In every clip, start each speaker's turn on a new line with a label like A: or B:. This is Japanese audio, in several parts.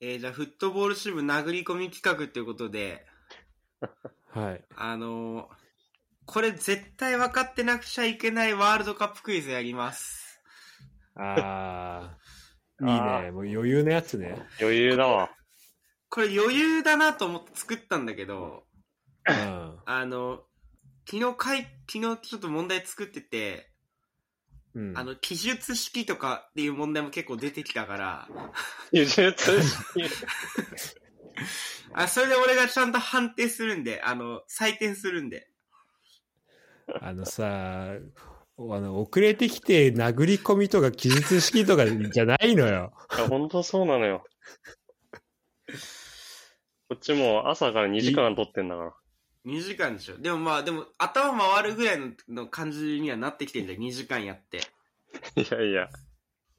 A: えーじゃあ、フットボール支部殴り込み企画ということで、
B: はい。
A: あのーこれ絶対分かってなくちゃいけないワールドカップクイズやります。
B: あ
C: あ
B: あ、いいね。もう余裕のやつね。
C: 余裕だ わ。
A: これ余裕だなと思って作ったんだけど、
B: うん。
A: あの、昨日かい、昨日ちょっと問題作ってて、
B: うん、
A: あの、記述式とかっていう問題も結構出てきたから、
C: 技術式。
A: あ、それで俺がちゃんと判定するんで、あの、採点するんで。
B: あのさ、おあの遅れてきて殴り込みとか記述式とかじゃないのよ。
C: いや本当そうなのよ。こっちも朝から2時間撮ってんだから。
A: 2時間でしょ。でもまあ、でも頭回るぐらいのの感じにはなってきてんじゃん。2時間やって。
C: いやいや。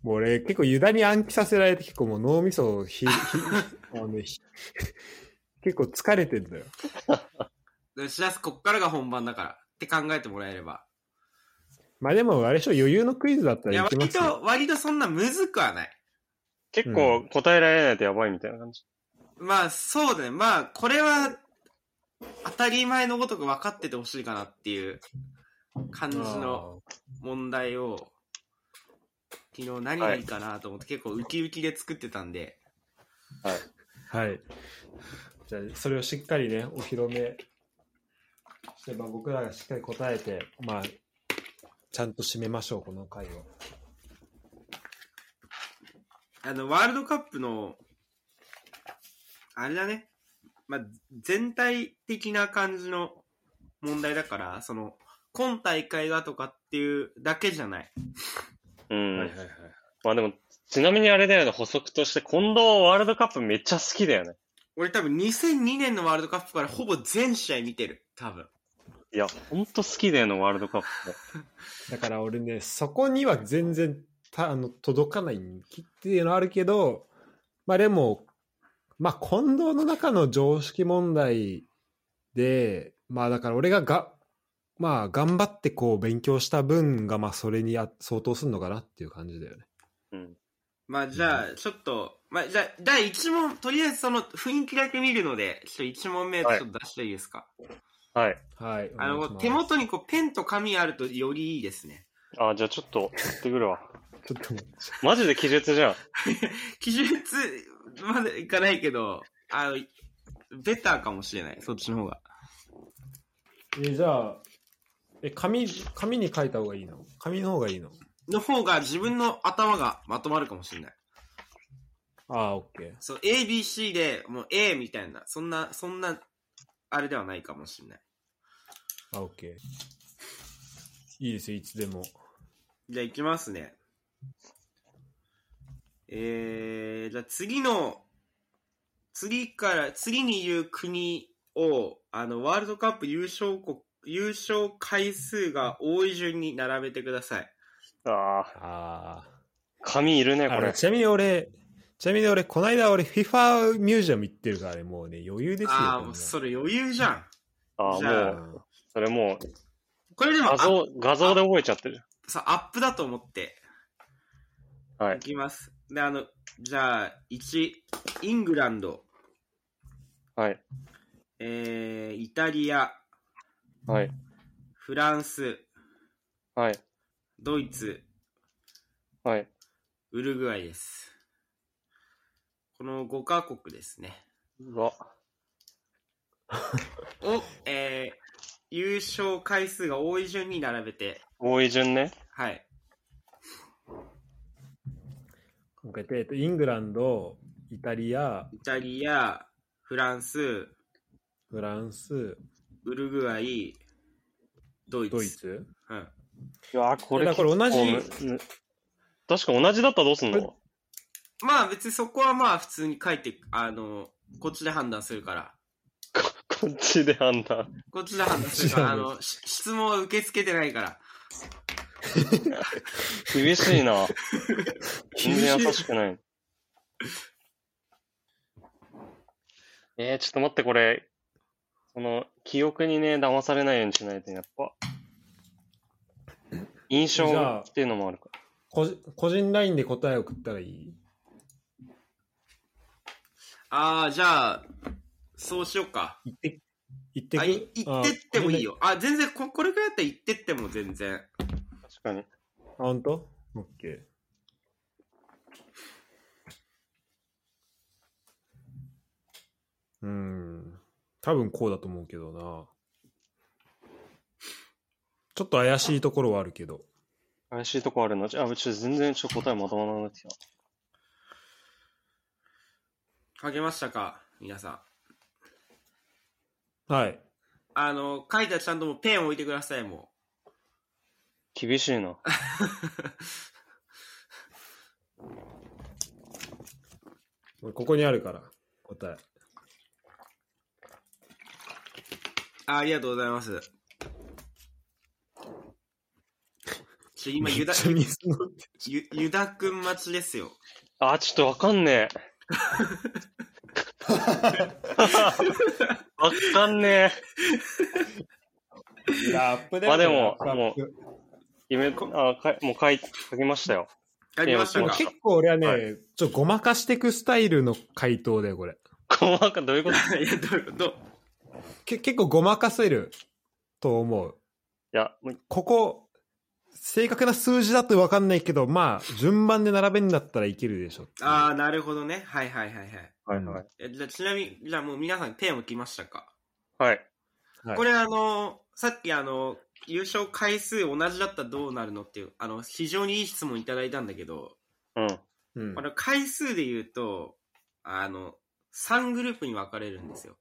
B: もう俺結構油断に暗記させられて結構もう脳みそを ひ、ひあのひ結構疲れてんだよ。
A: でしらす、こっからが本番だから。って考えてもらえれば。
B: まあでもあれでしょ、余裕のクイズだった
A: い
B: ら
A: や、
B: いきま
A: 割
B: すよ。
A: と、割とそんなむずくはない。
C: 結構答えられないとやばいみたいな感じ。
A: まあ、そうだね。まあ、これは、当たり前のごとく分かっててほしいかなっていう感じの問題を、昨日何がいいかなと思って、結構ウキウキで作ってたんで、
B: あーはい。じゃあそれをしっかりね、お披露目して、まあ、僕らがしっかり答えて、まあ、ちゃんと締めましょう、この回を。
A: あの、ワールドカップの、あれだね。まあ、全体的な感じの問題だから、その、今大会がとかっていうだけじゃない。
C: うん。
B: はいはいはい。
C: まあでも、ちなみにあれだよね、補足として、近藤ワールドカップめっちゃ好きだよね。
A: 俺多分2002年のワールドカップからほぼ全試合見てる。多分。
C: いや、ほんと好きだよね、ワールドカップって。
B: だから俺ね、そこには全然たあの届かないっていうのあるけど、まあでも、まあ近藤の中の常識問題で、まあだから俺がが、まあ頑張ってこう勉強した分が、まあそれにあ相当するのかなっていう感じだよね。
C: うん。
A: まあじゃあ、ちょっと、まあじゃあ、第1問、とりあえずその雰囲気だけ見るので、ちょっと1問目ちょっと出していいですか。
C: はい。
B: はい。
A: あ
B: お
A: の、
B: 願いし
A: 手
B: ます
A: 元にこうペンと紙あるとよりいいですね。
C: あ、じゃあちょっと、行ってくるわ。
B: ちょっと待って
C: マジで気絶じゃん。
A: 記述までいかないけど、あの、ベターかもしれない、そっちの方が。
B: え、じゃあ、え、紙、紙に書いた方がいいの紙の方がいいの
A: の方が自分の頭がまとまるかもしれない。
B: ああ、OK。
A: そう、A, B, C で、もう A みたいな、そんな、そんな、あれではないかもしれない。
B: あ、OK。いいですよ、いつでも。
A: じゃあ行きますね。えー、じゃあ次の、次から、次に言う国を、あの、ワールドカップ優勝国、優勝回数が多い順に並べてください。
C: ああ、
B: あ
C: 紙いるね、
B: あ
C: こ
B: の
C: れ。
B: ちなみに俺、ちなみに俺、この間俺、FIFA ミュージアム行ってるからね、もうね、余裕ですよ。
A: ああ、
B: こん
A: も
B: な
A: うそれ余裕じゃん。
C: ああ、
A: じ
C: も
A: ゃあ
C: う、それもう、
A: これでも
C: 画
A: あ
C: 像、画像で覚えちゃってる。
A: さアップだと思って。
C: はい
A: いきます。で、あの、じゃあ、1、イングランド、
C: はい。
A: えー、イタリア、
C: はい。
A: フランス、
C: はい。
A: ドイツ、
C: はい。
A: ウルグアイです。この5カ国ですね。
C: うわ。
A: を、えー、優勝回数が多い順に並べて、
C: 多い順ね。
A: はい。
B: もう一回言ってえっとイングランド、イタリア、
A: イタリア、フランス、
B: フランス、
A: ウルグアイ、ドイツ。
B: ドイツ。
A: うん。
C: いや、こ
B: れ
C: れ、
B: これ同じ
C: 確か同じだったらどうすん の
A: まあ別にそこはまあ普通に書いて、あの、こっちで判断するから。
C: ここっちで判断。
A: こっちで判断するから、あ
B: 違うの
A: の、し質問は受け付けてないから。
C: 厳しい な。全然優しくない。えー、ちょっと待って、これ、その、記憶にね、騙されないようにしないと、やっぱ。印
B: じゃ
C: 象
B: あ
C: っていうのもあるか
B: こじ個人ラインで答え送ったらいい
A: ああ、じゃあ、そうしようか。
B: 行って、行ってく
A: あい行ってってもいい。
B: あ
A: よ。あ、全然こ、これくらいだったら行ってっても全然。
C: 確かに。
B: あ、本当オッケー。うん。多分こうだと思うけどな。ちょっと怪しいところはあるけど。
C: 怪しいとこあるの。じゃあ、うち全然ちょっと答えまとまらなくてきた。
A: 書けましたか皆さん。
B: はい。
A: あの、書いたらちゃんともうペン置いてください、も
C: 厳しいな。
B: 俺ここにあるから、答え。
A: う。あありがとうございます。ちょ今、ゆだ
B: めっ、ちゃ水飲んで
A: ゆ、ゆだくん待ちですよ。
C: あ、ちょっとわかんねえ。わかんね
B: ラップ
C: まあでももえ。夢、あ、かもう書い、書きましたよ。
A: 書きました
B: もう
A: か
B: 結構俺はね、
C: は
B: ちょっとごまかしていくスタイルの回答だよ、これ。
C: 細か、どういうこと い
A: いや、どういうこと
B: け結構ごまかせると思う。
C: や、もう
B: ここ、正確な数字だと分かんないけど、まあ、順番で並べんだったらいけるでしょ。
A: ああ、なるほどね。はいはいはいはい。
C: はいはい。
A: えじゃあちなみに、じゃあもう皆さんペン置きましたか、
C: はい。
B: はい
A: これあの、さっきあの、優勝回数同じだったらどうなるのっていう、あの、非常にいい質問いただいたんだけど、
C: うん。
B: うん
A: あの、回数で言うと、あの、3グループに分かれるんですよ。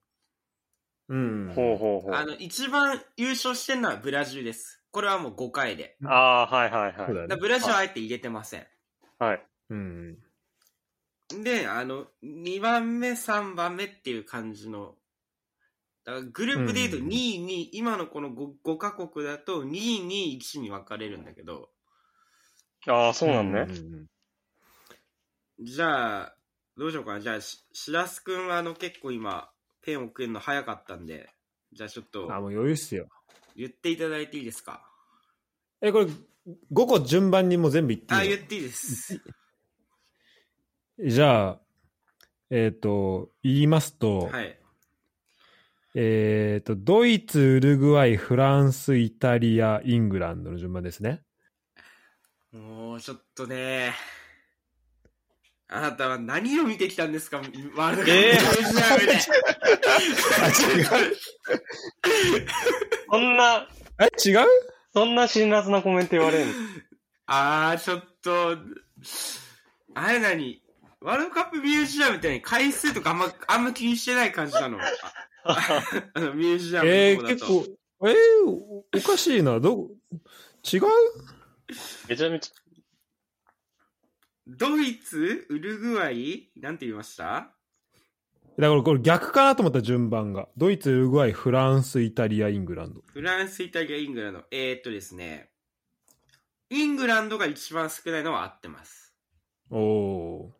B: うん。
C: ほうほうほう。
A: あの、一番優勝してるのはブラジルです。これはもう5回で。
C: ああ、はいはい
B: そう
A: だ
B: だ
C: は
A: から
B: ね。
A: ブラジルはあえて入れてません。
C: い。はい。
B: うん。
A: で、あの、2番目、3番目っていう感じの、だからグループで言うと
B: うん
A: 2位に、今のこの 5, 5カ国だと2位に1に分かれるんだけど、
C: ああ、そうなんね。
B: うん
A: じゃあ、どうしようかな。じゃあ、ししらすくんはあの結構今、ペンをくれるの早かったんで、じゃあちょっと
B: あ、もう余裕っすよ。
A: 言っていただいていいですか。
B: え、これ、5個順番にもう全部いっていい
A: あ、
B: の
A: 言っていいです。
B: じゃあ、えっ、と、言いますと、
A: はい。
B: えっ、と、ドイツ、ウルグアイ、フランス、イタリア、イングランドの順番ですね。
A: もうちょっとね、あなたは何を見てきたんですか、ワールドカッ
C: え
A: プの試合で。
C: そんな、
B: え、違う
C: そんな辛辣なコメント言われるの
A: あー、ちょっと、あれなに、ワールドカップミュージアムみたいに回数とかあんま、あんま気にしてない感じなの。ああの、ミュージアム
B: え
A: の
B: ー
A: 方だと。
B: 結構、えーおおかしいな。ど、違う
C: めちゃめち
A: ドイツ、ウルグアイ、なんて言いました
B: だからこれ逆かなと思った順番が。ドイツ、ウルグアイ、フランス、イタリア、イングランド。
A: フランス、イタリア、イングランド。えー、っとですね、イングランドが一番少ないのは合ってます。
B: お合っ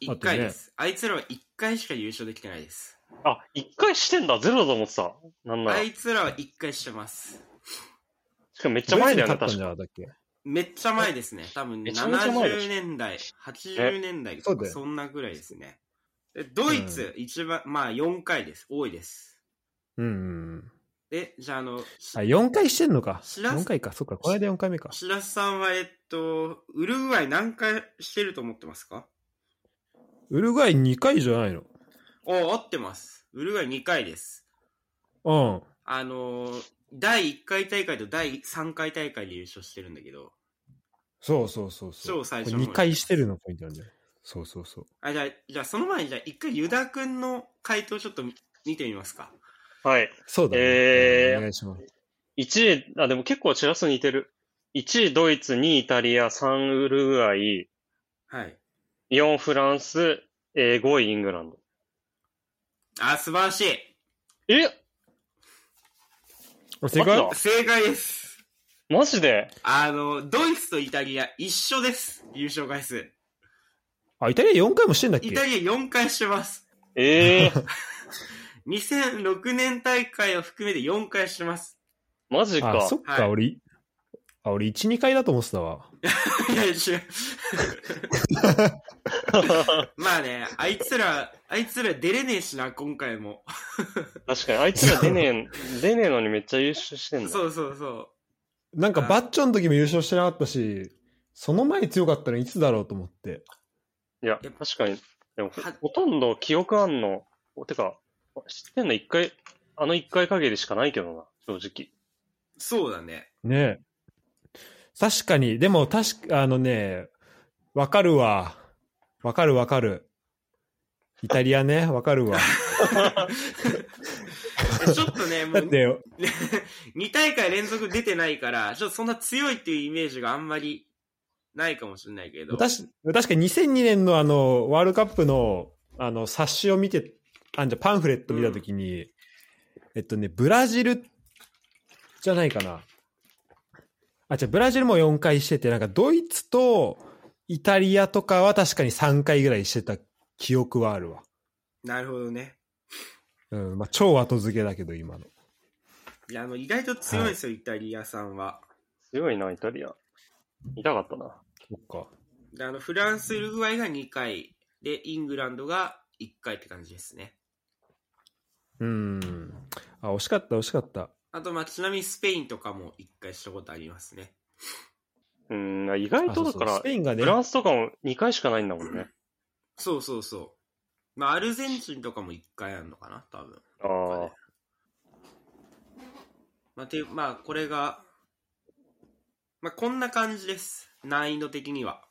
A: 1
B: てるね
A: 回です。あいつらは1回しか優勝できてないです。
C: ゃ、あ、一回してんだ。ゼロだと思ってた。なんな
A: あ
C: ら。し
A: いつらは1回してます。
C: かもめっ
B: ー。
C: ちゃ前だよね、
B: ドイツに勝ったん
C: 確
B: じ
C: か。
B: ゃなかったっけ
A: めっちゃ前ですね。多分
C: めちゃめちゃ前で
A: 70
C: しょ
A: 年代、80年代と
B: そうだ
A: か、
B: よ
A: そんなぐらいですね。でドイツ、一番、まあ4回です。多いです。
B: うんうん。
A: で、じゃあ、あの、
B: あ、4回してんのか。
A: 知らん
B: 4回か。そっか。この間4回目か。
A: 白洲さんは、えっと、ウルグアイ何回してると思ってますか
B: ウルグアイ2回じゃないの。
A: お合ってます。ウルグアイ2回です。
B: うん。
A: あのー、第1回大会と第3回大会で優勝してるんだけど、
B: そうそうそうそう。
A: 超最初の方
B: 2回してるのポイントなんだよ。そうそうそう。
A: あ、じゃあ、じゃあその前に、じゃあ一回ユダ君の回答ちょっと見てみますか。
C: はい。
B: そうだね。
C: えー
B: お願いします。
C: 1位、あ、でも結構チラス似てる。1位ドイツ、2位イタリア、3ウルグアイ、
A: はい。
C: 4フランス、えー、5位イングランド。
A: あ、素晴らしい。
C: え
B: 正
C: あ
B: 解
C: った
A: 正解です。
C: マジで
A: あの、ドイツとイタリア一緒です。優勝回数。
B: あ、イタリア4回もしてんだっけ
A: イタリア4回してます。
C: え えー、
A: 2006年大会を含めて4回してます。
C: マジ
B: あ、
C: か
B: そ。っか、
A: はい
B: 俺、あ、俺1、2回だと思ってたわ。
A: いや、違う。 まあね、あいつら、あいつら出れねえしな、今回も。
C: 確かに、あいつら出ねえ、出ねえのにめっちゃ優秀してんだ。
A: そうそうそ
B: なんかバッチョの時も優勝してなかったし、その前強かったのいつだろうと思って。
C: いや、
A: やっ
C: 確かに。でも
A: は、
C: ほとんど記憶あんの、おてか、知ってんの一回、あの一回限りしかないけどな、正直。
A: う。そうだね。
B: ね確かに、でも確か、あのね、わかるわ。わかるわかる。イタリアね、わかるわ。
A: えちょっとね、も
B: だっ
A: う、
B: て、
A: 2大会連続出てないから、ちょっとそんな強いっていうイメージがあんまりないかもしれないけど。
B: 私、確か2002年のあの、ワールドカップの、あの、冊子を見て、あんじゃパンフレット見たときに、えっとね、ブラジルじゃないかな。あ、じゃあブラジルも4回してて、なんかドイツとイタリアとかは確かに3回ぐらいしてた記憶はあるわ。
A: なるほどね。
B: うん、まあ超後付けだけど今の。
A: いや、あの、意外と強いんですよ、イタリアさんは。
C: 強いな、イタリア。痛かったな。
B: そっか。
A: であの、フランス、ウルグアイが2回、で、イングランドが1回って感じですね。
B: うん。あ、惜しかった惜しかった。
A: あと、まあ、ちなみにスペインとかも1回したことありますね。
C: うん、意外
B: あ
C: とだ
B: そ
C: か
B: うそう
C: ら
B: ス、ペインがね
C: フ、ランスとかも2回しかないんだもんね。
A: そうそうそう。まあ、アルゼンチンとかも1回あるのかな、多分。
C: ああ、
A: まあ、てまあ、これが、まあ、こんな感じです。難易度的には。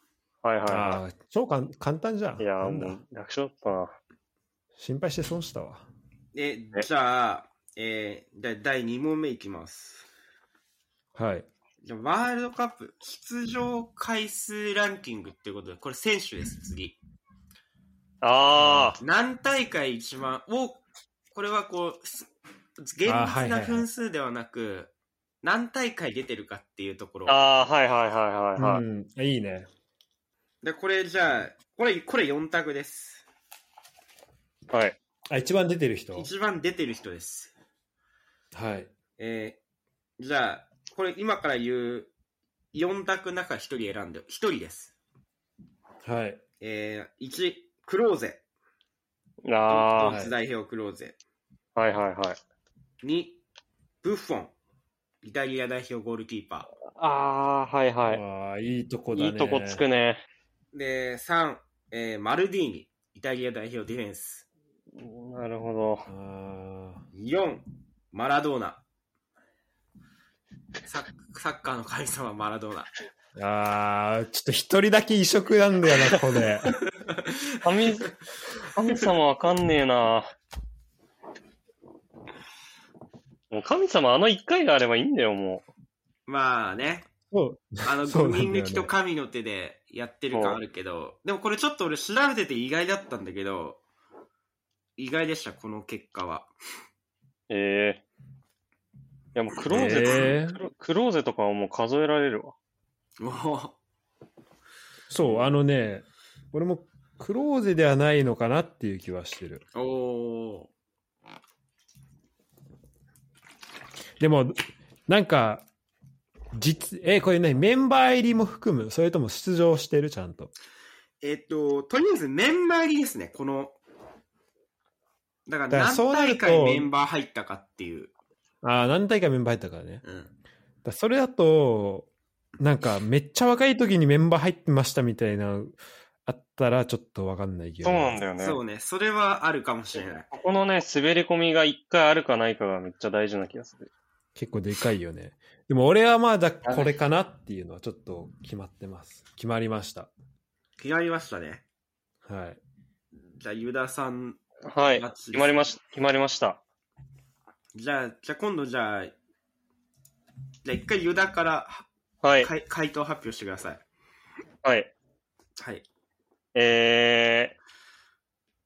C: はいは
B: あー超かん簡単じゃん。
C: い。いや
B: な
C: ー、
B: んだ
C: もう楽勝だったな。
B: 心配して損したわ。
A: で、じゃあ、えー、じゃあ第2問目いきます。
B: はい。
A: じゃあワールドカップ出場回数ランキングっていうことで、これ選手です、次。
C: ああ、
A: 何大会一番を、これはこう、す厳
B: あは
A: 密
B: いは
A: ない
B: はい
A: 分数ではなく、何大会出てるかっていうところ。
C: ああ、はいはいはいはいは
B: う
C: い。
B: ん、いいね。
A: で、これじゃあ、これ、これ4択です。
C: はい。
B: あ、一番出てる人。
A: 一番出てる人です。
B: はい。
A: えー、じゃあ、これ今から言う4択の中1人選んで、1人です。
B: はい。
A: えー、1、クローゼ。ド
C: あ
A: イツ代表クローゼ。
C: あ、はいはいはい。
A: 2、ブッフォン。イタリア代表ゴールキーパ
C: ああ、はいはい。
B: ああ、いいとこだね。
C: いいとこつくね。
A: ー。で、3、えーマルディーニ。イタリア代表ディフェンス。
C: なるほど。
B: あ
A: 4、マラドーナ。サッサッカーの神様、マラドーナ。
B: ーあー、ちょっと一人だけ異色なんだよな、ここ で。
C: 神、神様わかんねえな。もう神様あの一回があればいいんだよ、も
A: まあね、
B: そう
A: あの、
B: そうなんだよね
A: 人力と神の手でやってる感あるけど、でもこれちょっと俺調べてて意外だったんだけど、意外でした、この結果は。
C: う。ええいや、もうクローゼ、
B: ええ
C: クロクローゼとかはもう数えられるわ。
A: も
B: そう、あのね、俺もクローゼではないのかなっていう気はしてる。
A: う、おー。
B: でも、なんか、実、え、これね、メンバー入りも含むそれとも出場してるちゃんと。
A: えっと、とりあえずメンバー入りですね、この。だから
B: だから
A: 何
B: そうなる
A: 大
B: と
A: 会メンバー入ったかっていう。
B: ああ、何大会メンバー入ったからね。
A: うん。
B: だからそれだと、なんか、めっちゃ若い時にメンバー入ってましたみたいな、あったらちょっとわかんないけど。
C: そうなんだよね。
A: そうね、それはあるかもしれない。
C: ここのね、滑り込みが一回あるかないかがめっちゃ大事な気がする。
B: 結構でかいよね。でも俺はまだこれかなっていうのはちょっと決まってます。決まりました。
A: 決まりましたね。
B: はい。
A: じゃあ、ユダさん、
C: はい。
A: マッチです
C: 決まりました。決まりました。
A: じゃあ、じゃあ今度じゃあ、じゃあ一回ユダから、
C: はい。
A: かい回答発表してください。
C: はい。
A: はい。
C: え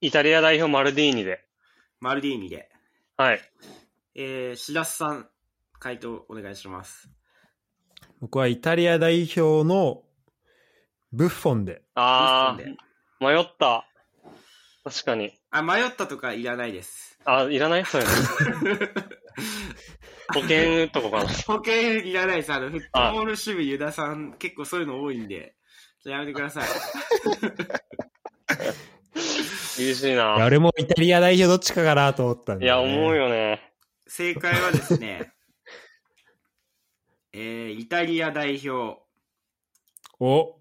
C: ー、イタリア代表マルディーニで。
A: マルディーニで。
C: はい。
A: えー、シラスさん、回答お願いします。
B: 僕はイタリア代表のブッフォンで。
C: あ
A: リストで
C: あ、迷った。確かに。
A: あ、迷ったとかいらないです。
C: あ、いらないそれ。保険打っとこうかな。
A: 保険いらないです。あの、フットボー
C: あ
A: ル守備、ユダさん、結構そういうの多いんで、ちょっとやめてくだ さい。
C: 厳しいな。
B: 俺もイタリア代表どっちかかなと思ったん
C: い
B: だ
C: や、
B: よね、
C: 思うよね。
A: 正解はですね、えー、イタリア代表、
B: お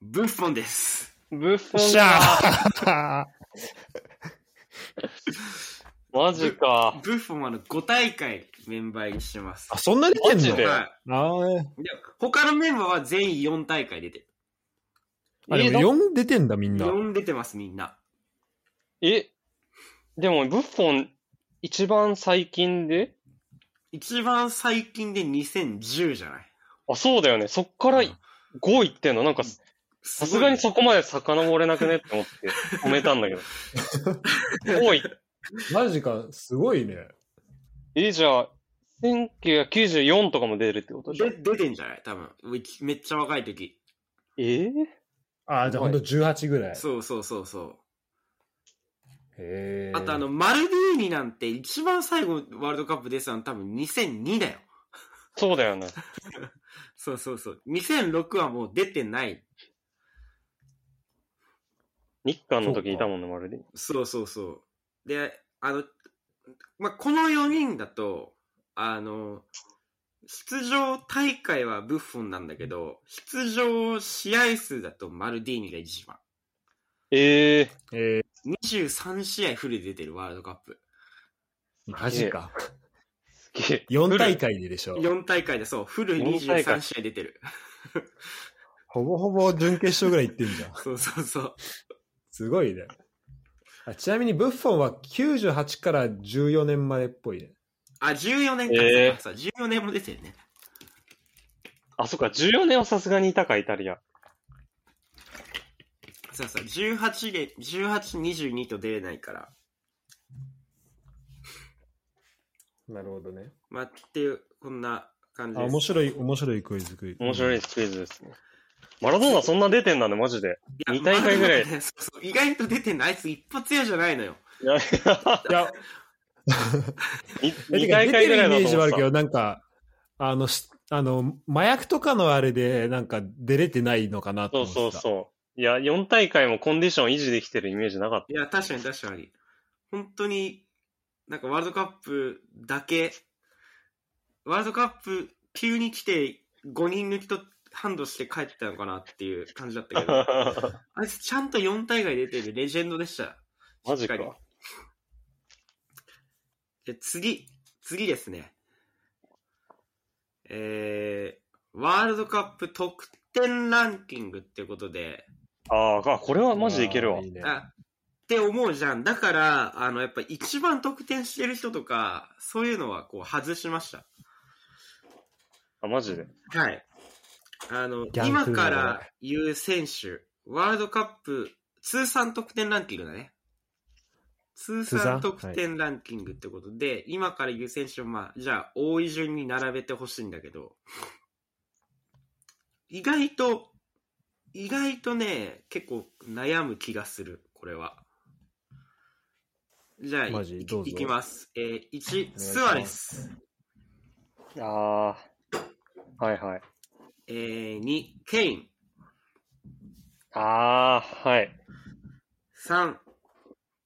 A: ブッフォンです。
C: ブ
B: よ
C: ッフ
B: っ
C: ォン
B: しゃ
C: か。
B: ー
C: マジか。
A: ブッフォンはあの5大会メンバーにしてます
B: あ、。そんな出てん
C: マジ
B: の
C: で
A: は
B: あー
A: い、で他のメンバーは全員4大会出てる。
B: あ、でも4出てんだ、みんな。
A: 4出てます、みんな。
C: え、でも、ブッフォン、一番最近で
A: 一番最近で2010じゃない。
C: あ、そうだよね。そっから
A: うん
C: 5位ってんのなんか、さ
A: さ
C: すがにそこまで遡れなくねって思って止めたんだけど。5位。
B: マジか、すごいね。
C: え、じゃあ、1994とかも出るってことでしょ
A: で出てんじゃない多分。ういめっちゃ若い時。
C: えー
B: あー、じゃあほんと18ぐらい。
A: そうそうそうそう。
B: へー
A: あとあの、、マルディーニなんて一番最後ワールドカップ出てたの多分2002だよ。
C: そうだよね。
A: そうそうそう。2006はもう出てない。
C: 日韓の時いたもんね、まるで。
A: そうそうそう。で、あの、まあ、この4人だと、あの、出場大会はブッフォンなんだけど、出場試合数だとマルディーニが一番。
C: ええ
B: えー、
A: 23試合フルで出てるワールドカップ。
B: マジか。
C: ー、すげえ。
B: 4大会ででしょ。
A: 4大会でそう、フル
C: 四大
A: 23
C: 会
A: 試合出てる。
B: ほぼほぼ準決勝ぐらい行ってんじゃん。
A: そうそうそう。
B: すごいね。あちなみにブッフォンは98から14年前っぽいね。
A: あ、14年か、
C: えー
A: そうかそう14年も出てるね。
C: あ、そっか、14年はさすがにいたか、イタリア。
A: そうそう、18で、18、22と出れないから。
B: なるほどね。
A: まあ、っていう、こんな感じ
B: あ、
A: です。
B: 面白い、面白いクイズクイズ。
C: 面白
B: い。
C: いクイズですね。マラドーナそんな出てんだね、マジで。
A: いや
C: 二大会ぐらい
A: まあそうそう意外と出てんの、あいつ一発屋じゃないのよ。
C: い
B: い
C: や、
B: や、えて
C: 2
B: か
C: 大
B: 出
C: 会
B: て
C: ぐ
B: る
C: らい
B: イ
C: だ
B: メ
C: と
B: ージは
C: 思
B: あ
C: っ
B: る
C: て
B: けど、
C: た。
B: なんか、あの、しあの、麻薬とかのあれで、なんか出れてないのかなと
C: そ
B: 思っ
C: う
B: てた。
C: そうそう。いや、4大会もコンディション維持できてるイメージなかっ
A: いや、確かに確かに。本当に、なんかワールドカップだけ、ワールドカップ急に来て、5人抜きとハンドして帰ってたのかなっていう感じだったけど、
C: た。
A: あいつちゃんと4大会出てるレジェンドでした。
C: マジか
A: しっ。りで次、次ですね。えー、ワールドカップ得点ランキングってことで、
C: あーあ、これはマジでいける
B: あ
C: わ
B: ー。いいね
A: あって思うじゃん。だから、あの、やっぱ一番得点してる人とか、そういうのはこう外しました。
C: あ、マジで。
A: はい。あの、
B: ギャン
A: 今
B: クールだ
A: か
B: ね
A: ら言う選手、ワールドカップ通算得点ランキングだね。通
B: 通
A: 算
B: 算
A: 得点ランキングってことで、今から言う選手を、まあ、じゃあ、多い順に並べてほしいんだけど、意外と、意外とね、結構悩む気がする、これは。じゃあ、い
B: マジ
A: い
B: どうぞ
A: いきます。えー、1、
B: お願いします
A: スアレス。
C: ああ、はいはい。
A: えー、2、ケイン。
C: ああ、はい。
A: 3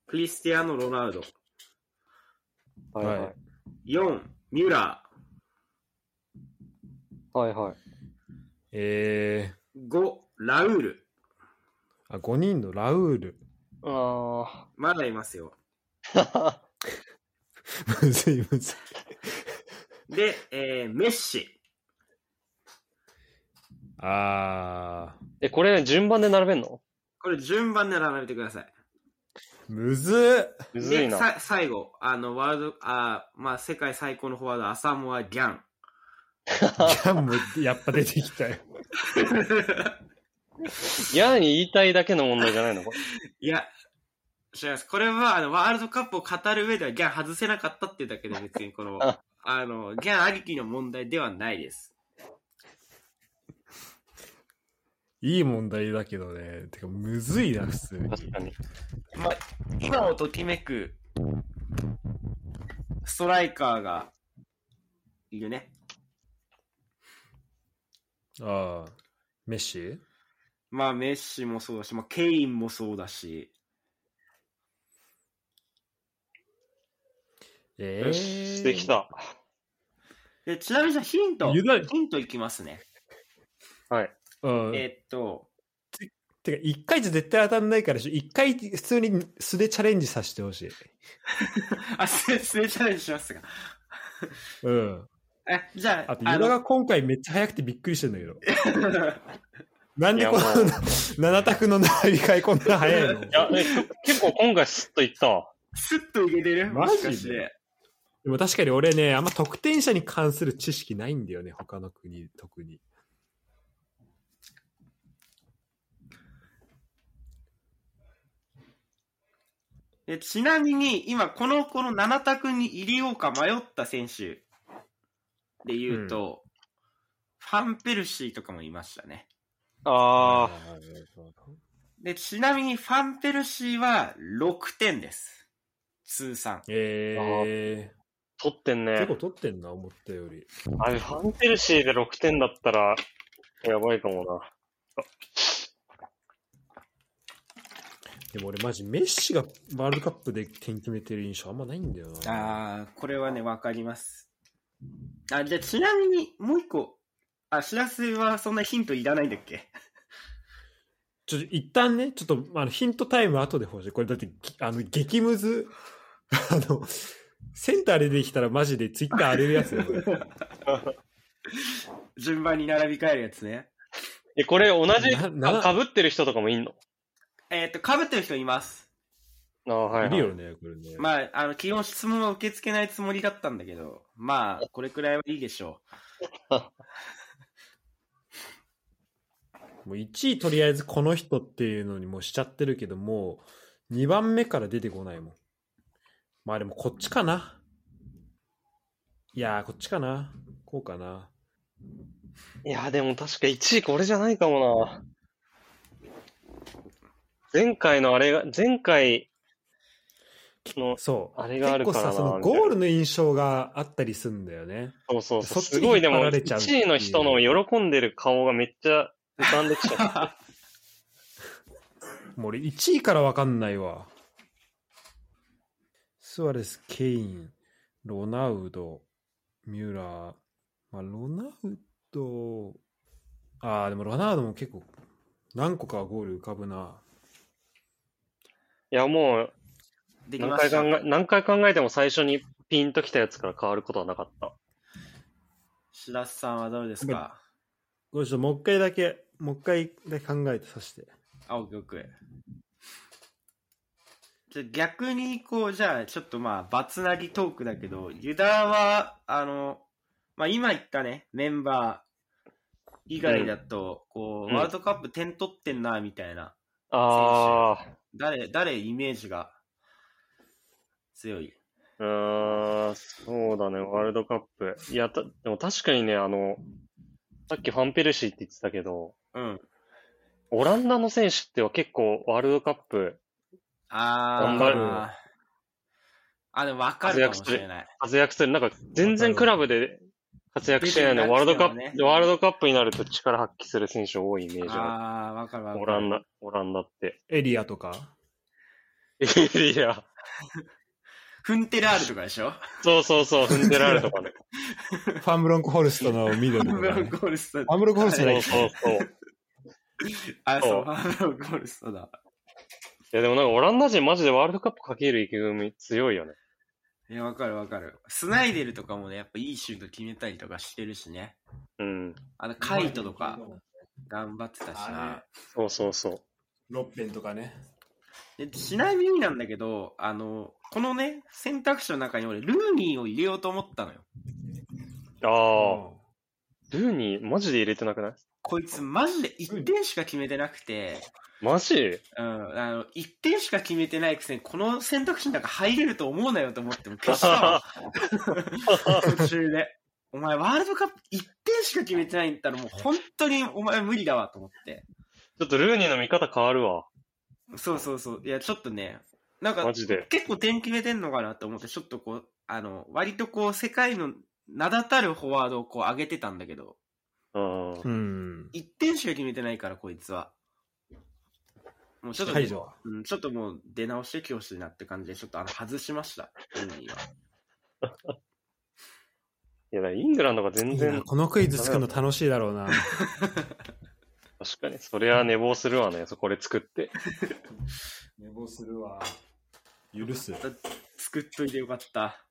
A: クリスティアーノ・ロナウド
C: はいはい
B: はい。
A: 4ミュラ
C: はいはい。
B: え
A: ー5ラウール
B: ー、あ、5人のラウール。
C: あ
A: まだいますよ
C: あ。
B: むずいむずい。
A: で、えーメッシ
B: あ
C: え、これ順番で並べんの
A: これ順番で並べてください
B: ー、むずっ
C: むずい
A: で
C: な。
A: さ最後あのワールドあー、まあ、世界最高のフォワード浅モア・ギャン
B: ギャンもやっぱ出てきたよ。
C: 嫌に言いたいだけの問題じゃないのこれ
A: いや違いますこれはあのワールドカップを語る上ではギャン外せなかったっていうだけで別にこ の
C: あ
A: あのギャンありきの問題ではないです
B: いい問題だけどね。てか、むずいな、普通に。
C: 確かに。
A: 今をときめくストライカーがいるね。
B: ああ、メッシ
A: まあ、メッシもそうだし、まあ、ケインもそうだし、
B: え
C: よし、してき。た。
A: でちなみにじゃあヒント、
B: ユダヤ
A: ヒントいきますね。
C: はい。
B: うん。
A: えーっと、
B: てか、一回じゃ絶対当たんないからし、一回普通に素でチャレンジさせてほしい。
A: あ、すすれチャレンジしますが。
B: うん。
A: え、じゃあ、
B: あと、ユダが今回めっちゃ早くてびっくりしてんだけど。
A: の
B: なんでこの
C: いやもう
B: 7択の並び替えこんな早いの
A: い
C: いや、え結構今回スッといったわ。
A: スッと受けてる
B: マ
A: も
B: ジ
A: し
B: で
A: かして。
B: でも確かに俺ね、あんま得点者に関する知識ないんだよね、他の国、特に。
A: でちなみに、今、この、この7択に入れようか迷った選手で言うと、ファンペルシーとかもいましたね。
C: ああ、
A: で、ちなみに、ファンペルシーは6点です。通算。
B: え
C: 取ってん
B: ー。
C: ね
B: 結構。取ってんな、思ったより。
C: あれ、ファンテルシーで6点だったら、やばいかもな。
B: でも俺マジメッシがワールドカップで点決めてる印象あんまないんだよな。あ
A: あー、これはね、わかります。あ、じゃあちなみに、もう一個。あ、知らせはそんなヒントいらないんだっけ
B: ちょっと一旦ね、ちょっとあのヒントタイム後で欲しい。これだってぎあの激ムズ、あの、センター出てきたらマジでツイッター荒れるやつだよ。これ
A: 順番に並び替えるやつね。
C: え、これ同じ、
B: なな
C: かぶってる人とかもいんの
A: えーっと、被ってる人います。
C: ああ、は
B: い
C: い、は
B: る
C: い。
B: よね、これね。
A: まあ、あの、基本質問は受け付けないつもりだったんだけど、まあ、これくらいはいいでしょ
B: もう1位とりあえずこの人っていうのにもうしちゃってるけどもう2番目から出てこないもんまあでもこっちかないやーこっちかなこうかない
C: や、でも確か1位これじゃないかもな。前回のあれが、前回の、
B: そう
C: あれがあるからな
B: 結構さその
C: みたいな
B: ゴールの印象があったりすんだよね
C: そうそう
B: そ
C: そ
B: っ
C: う、
B: ち
C: すごいで
B: 引っ張
C: も、
B: られちゃうっていう
C: 1位の人の喜んでる顔がめっちゃ浮かんできちゃ う。
B: もう俺1位から分かんないわスアレス、ケイン、ロナウド、ミュラー、まあ、ロナウド、ああ、でもロナウドも結構何個かゴール浮かぶな。
C: いや、もう、
A: う。でき
C: 何
A: ま
C: 回
A: し
C: 考
A: た。
C: え、何回考えても最初にピンときたやつから変わることはなかった。
A: しらすさんはどうですか
B: ごめんちょっともう一回だけ、もう一回だけ考えてさせて。
A: 青木奥へ。じゃあ逆に、こう、じゃあ、ちょっとまあ、バツなぎトークだけど、ユダは、あの、まあ今言ったね、メンバー以外だと、こ
C: う
A: う、
C: ん
A: ワールドカップ点取ってんな、みたいな。
C: あ
A: 誰、誰イメージが強い。
C: あ、うーん、そうだね、ワールドカップ。いや、たでも確かにね、あの、さっきファンペルシーって言ってたけど、
A: うん。
C: オランダの選手っては結構ワールドカップ
A: あ
C: 頑
B: 張
A: ー
B: る。
A: あ、でも分かるかもしれない。
C: 活躍する。なんか全然クラブで活躍してないのに、ワールドカ
A: 出てない
C: ッ
A: です
C: プ、
A: よね
C: ワールドカップになると力発揮する選手多いイメージあ
A: あー、分かる分か
C: る。
A: る。
C: オランダ、オランダって。
B: エリアとか
C: いや、
A: フンテラールとかでしょ
C: そうそうそう、踏んでられると かね。
B: ファンブロンコホルストのミドルと
A: ファ
B: か
A: ン ブ
B: ね、
A: ロンコールスト
B: ファンブロンコホルスト
C: そ
B: だ
C: うそうそう。
A: あ、
C: そ
A: そうう、 ファンブロンコールストだ。
C: いや、でもなんかオランダ人マジでワールドカップかける意気込み強いよね。
A: いや、分かる分かる。スナイデルとかもね、やっぱいいシュート決めたりとかしてるしね。
C: うん。
A: あの、カイトとか頑張ってたしな。
C: そうそうそう。
B: ロッペンとかね。
A: でちなみになんだけど、あの、このね、選択肢の中に俺、ルーニーを入れようと思ったのよ。
C: ああ、ルーニーマジで入れてなくない
A: こいつマジで1点しか決めてなくて、
C: マジ
A: うん、あの、1点しか決めてないくせに、この選択肢の中入れると思うなよと思っても消したわ。途中で。お前、ワールドカップ1点しか決めてないんだったら、もう本当にお前無理だわと思って。
C: ちょっとルーニーの見方変わるわ。
A: そうそうそう。いや、ちょっとね、なんか
C: マ、ジで。
A: 結構点決めてんのかなと思って、ちょっとこう、あの、割とこう、世界の名だたるフォワードをこう上げてたんだけど、
C: うん。
B: うん。
A: 1点しか決めてないから、こいつは。もうちょっと、
B: 解除は。
A: うん、ちょっともう出直してきてほしいなって感じで、ちょっとあの外しました、本人は。
C: いや、だからイングランドが全
B: いい
C: 然
B: な、このクイズ作るの楽しいだろうな。
C: 確かに、そりゃ寝坊するわね、そこで作って。
B: 寝坊するわ。許す。
A: 作っといてよかった。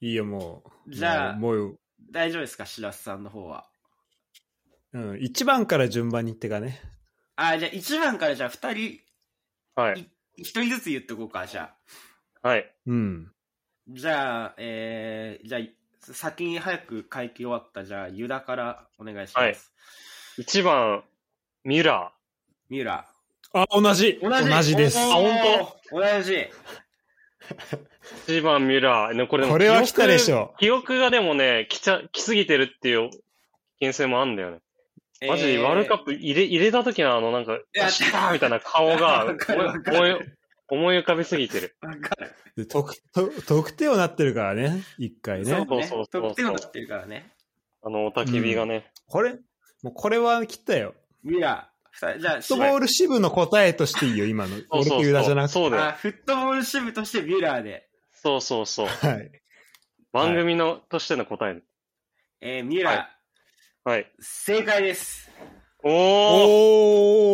B: いいよ、もう。
A: じゃあ
B: もう、もう
A: 大丈夫ですか、白洲さんの方は。
B: うん、1番から順番にってかね。
A: あ、じゃあ1番からじゃあ2人、
C: はい。
A: 1人ずつ言ってこうか、じゃあ。
C: はい。
B: うん。
A: じゃあ、えー、じゃあ、先に早く会期終わった、じゃあ、ユダからお願いします。
C: はい1番、ミュラ
A: ミュラ
B: あ、同じ
A: ー。同じ
B: です。
A: あ
B: こ
A: 本当同じ。
C: ー。1番、ミュラー。ねこれでも
B: れは来たでし
C: ょ。
B: ょ。
C: 記憶がでもね、来ちゃ、来すぎてるっていう危険性もあんだよね。マジ、ワールドカップ入れ、入れた時のあの、なんか、よ
A: や
C: っしゃーみたいな顔が、
A: わかるわかる
C: 思い、思い浮かびすぎてる。
A: プ。わかる。
B: で特、と特定をなってるからね。一回
A: そう
B: ね。
A: ね。
C: そうそうそう
A: 得点を取ってるからね。
C: あの、おたきびがね。
B: これ、もうこれは切ったよ。
A: ミュラーふた。じゃあ、
B: フットボール支部の答えとしていいよ、今の。
C: そう
B: 俺
C: そ
B: と
C: うそ
B: ユ
C: う。
B: ダじゃなくて。
C: そうだよ。
A: あフットボール支部としてミュラーで、
C: そうそうそう。
B: はい。
C: 番組の、としての答え。
A: えー、ミュラー、
C: はいはい。
A: 正解です。
C: おー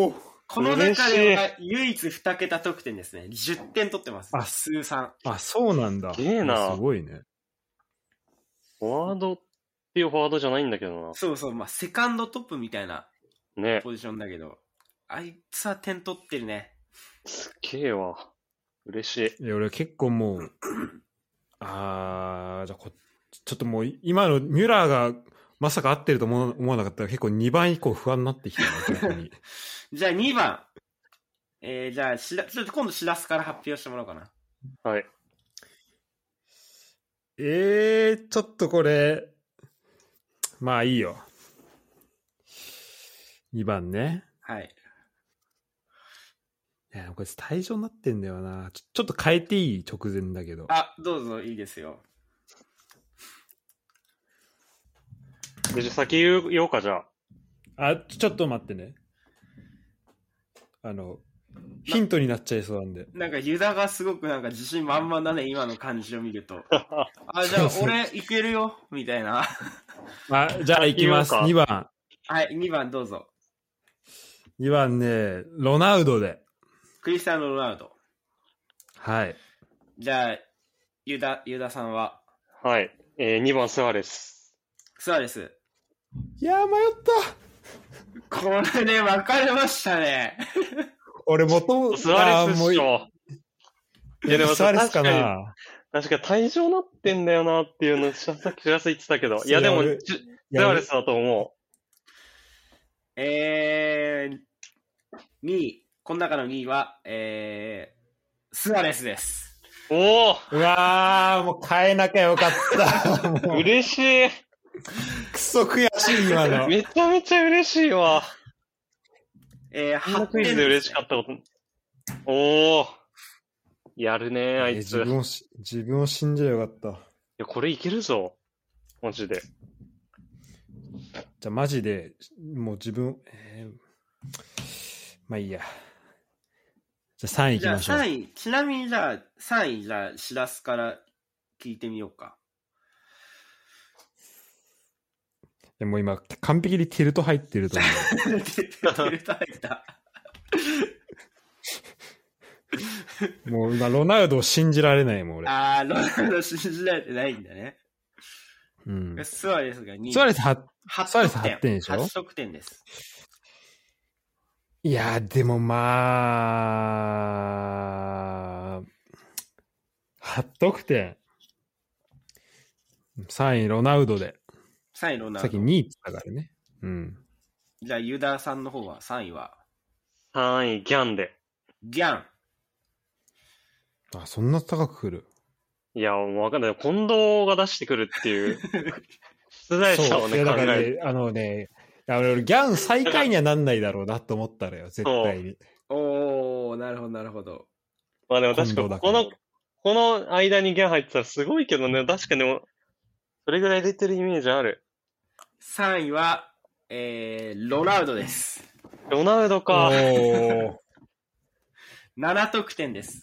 B: おー
A: この中では唯一2桁得点ですね。10点取ってます。
B: あ
A: 数3。
B: あ、そうなんだ。
C: すげえな
B: すごいね。
C: フォワードっていうフォワードじゃないんだけど
A: そうそう、まあ、セカンドトップみたいな
C: な。ね。
A: ポジションだけど、あいつは点取ってるね。
C: K は、嬉しい。
B: いや、俺結構もう、あー、じゃあこ、ちょっともう、今のミュラーが、まさか合ってると思わ思わなかったら結構2番以降不安になってきたな逆に
A: じゃあ2番。えー、じゃあしら、ちょっと今度しらすから発表してもらおうかな。
C: はい。
B: えー、ちょっとこれ、まあいいよ。2番ね。
A: はい。
B: いや、これ退場になってんだよな。ちょちょっと変えていい直前だけど。
A: あ、どうぞ、いいですよ。
C: で、じゃあ先言う言おうか、じゃあ。
B: あ、ちょちょっと待ってね。あの、ヒントになっちゃいそうなんで。
A: なんか、ユダがすごくなんか自信満々だね、今の感じを見ると。あ、じゃあ、俺、いけるよ、みたいな。
B: あ、じゃあ行きます。
C: 言おう
B: 2番。
A: はい、2番どうぞ。
B: 2番ね、ロナウドで。
A: クリスタン・ロナウド。
B: はい。
A: じゃあ、ユダ、ユダさんは、
C: はい。えー、2番スアレス。
A: スアレス。
B: いやー、迷った。
A: これね、分かれましたね。
B: 俺もとも、
C: スアレスっし
B: あー
C: ょ。
B: ういや
C: いやでも
B: スアレスか
C: 確
B: な。
C: 確か退場なってんだよなっていうの、さっき知らせ言ってたけど。いや、でも、
B: いや俺
C: じ
B: い
C: ス
B: や
C: アレスだと思
A: えー、2位、この中の2位は、えー、スアレスです。
C: う。おお
B: うわー、もう変えなきゃよかった。 もう
C: 嬉しい
B: クソ悔しい、今の。
C: めちゃめちゃ嬉しいわ。
A: えー、
C: こんな
A: 8
C: ク
A: 点
C: イズで嬉しかったこと。おおやるねあ
B: え
C: いつ。
B: 自
C: い
B: 分をし、自分を信じればよかった。
C: や、これいけるぞ。マジで。
B: じゃあマジで、もう自分、えーまあいいや。じゃあ3位いき
A: じゃあ
B: ましょう。
A: 3位、ちなみにじゃあ3位、じゃあ、しらすから聞いてみようか。
B: でも今、完璧にテルト入ってると思う。
A: 出てると入った。
B: もう今、ロナウドを信じられないもん、俺。
A: あー、ロナウド信じられてないんだね。
B: うん。
A: スアレスが2位。
B: スアレスは、
A: 8
B: スアレス
A: 得点
B: 8点でしょ
A: 8得点です。
B: いやー、でもまあ、8得点。3位、ロナウドで。
A: 3位、ロナ
B: さ
A: ウ
B: っき
A: ド。
B: 2位って言ったからね。うん。
A: じゃあ、ユダさんの方は、3位は、
C: 3位、ギャンで。
A: ギャン。
B: あ、そんな高くくる。
C: いや、もうわかんない。近藤が出してくるっていう、出題者を
B: いや
C: ね、考
B: だから
C: える。
B: ね、あのね、いや俺俺ギャン最下位にはなんないだろうなと思ったのよ、絶対に。
A: おー、なるほど、なるほど。
C: まあでも確か
B: 近藤だ
C: に
B: け
C: この、この間にギャン入ってたらすごいけどね、確かに、それぐらい入れてるイメージある。
A: 3位は、えー、ロナウドです。
C: ロナウド
B: お
C: か。
B: ー
A: 7得点です。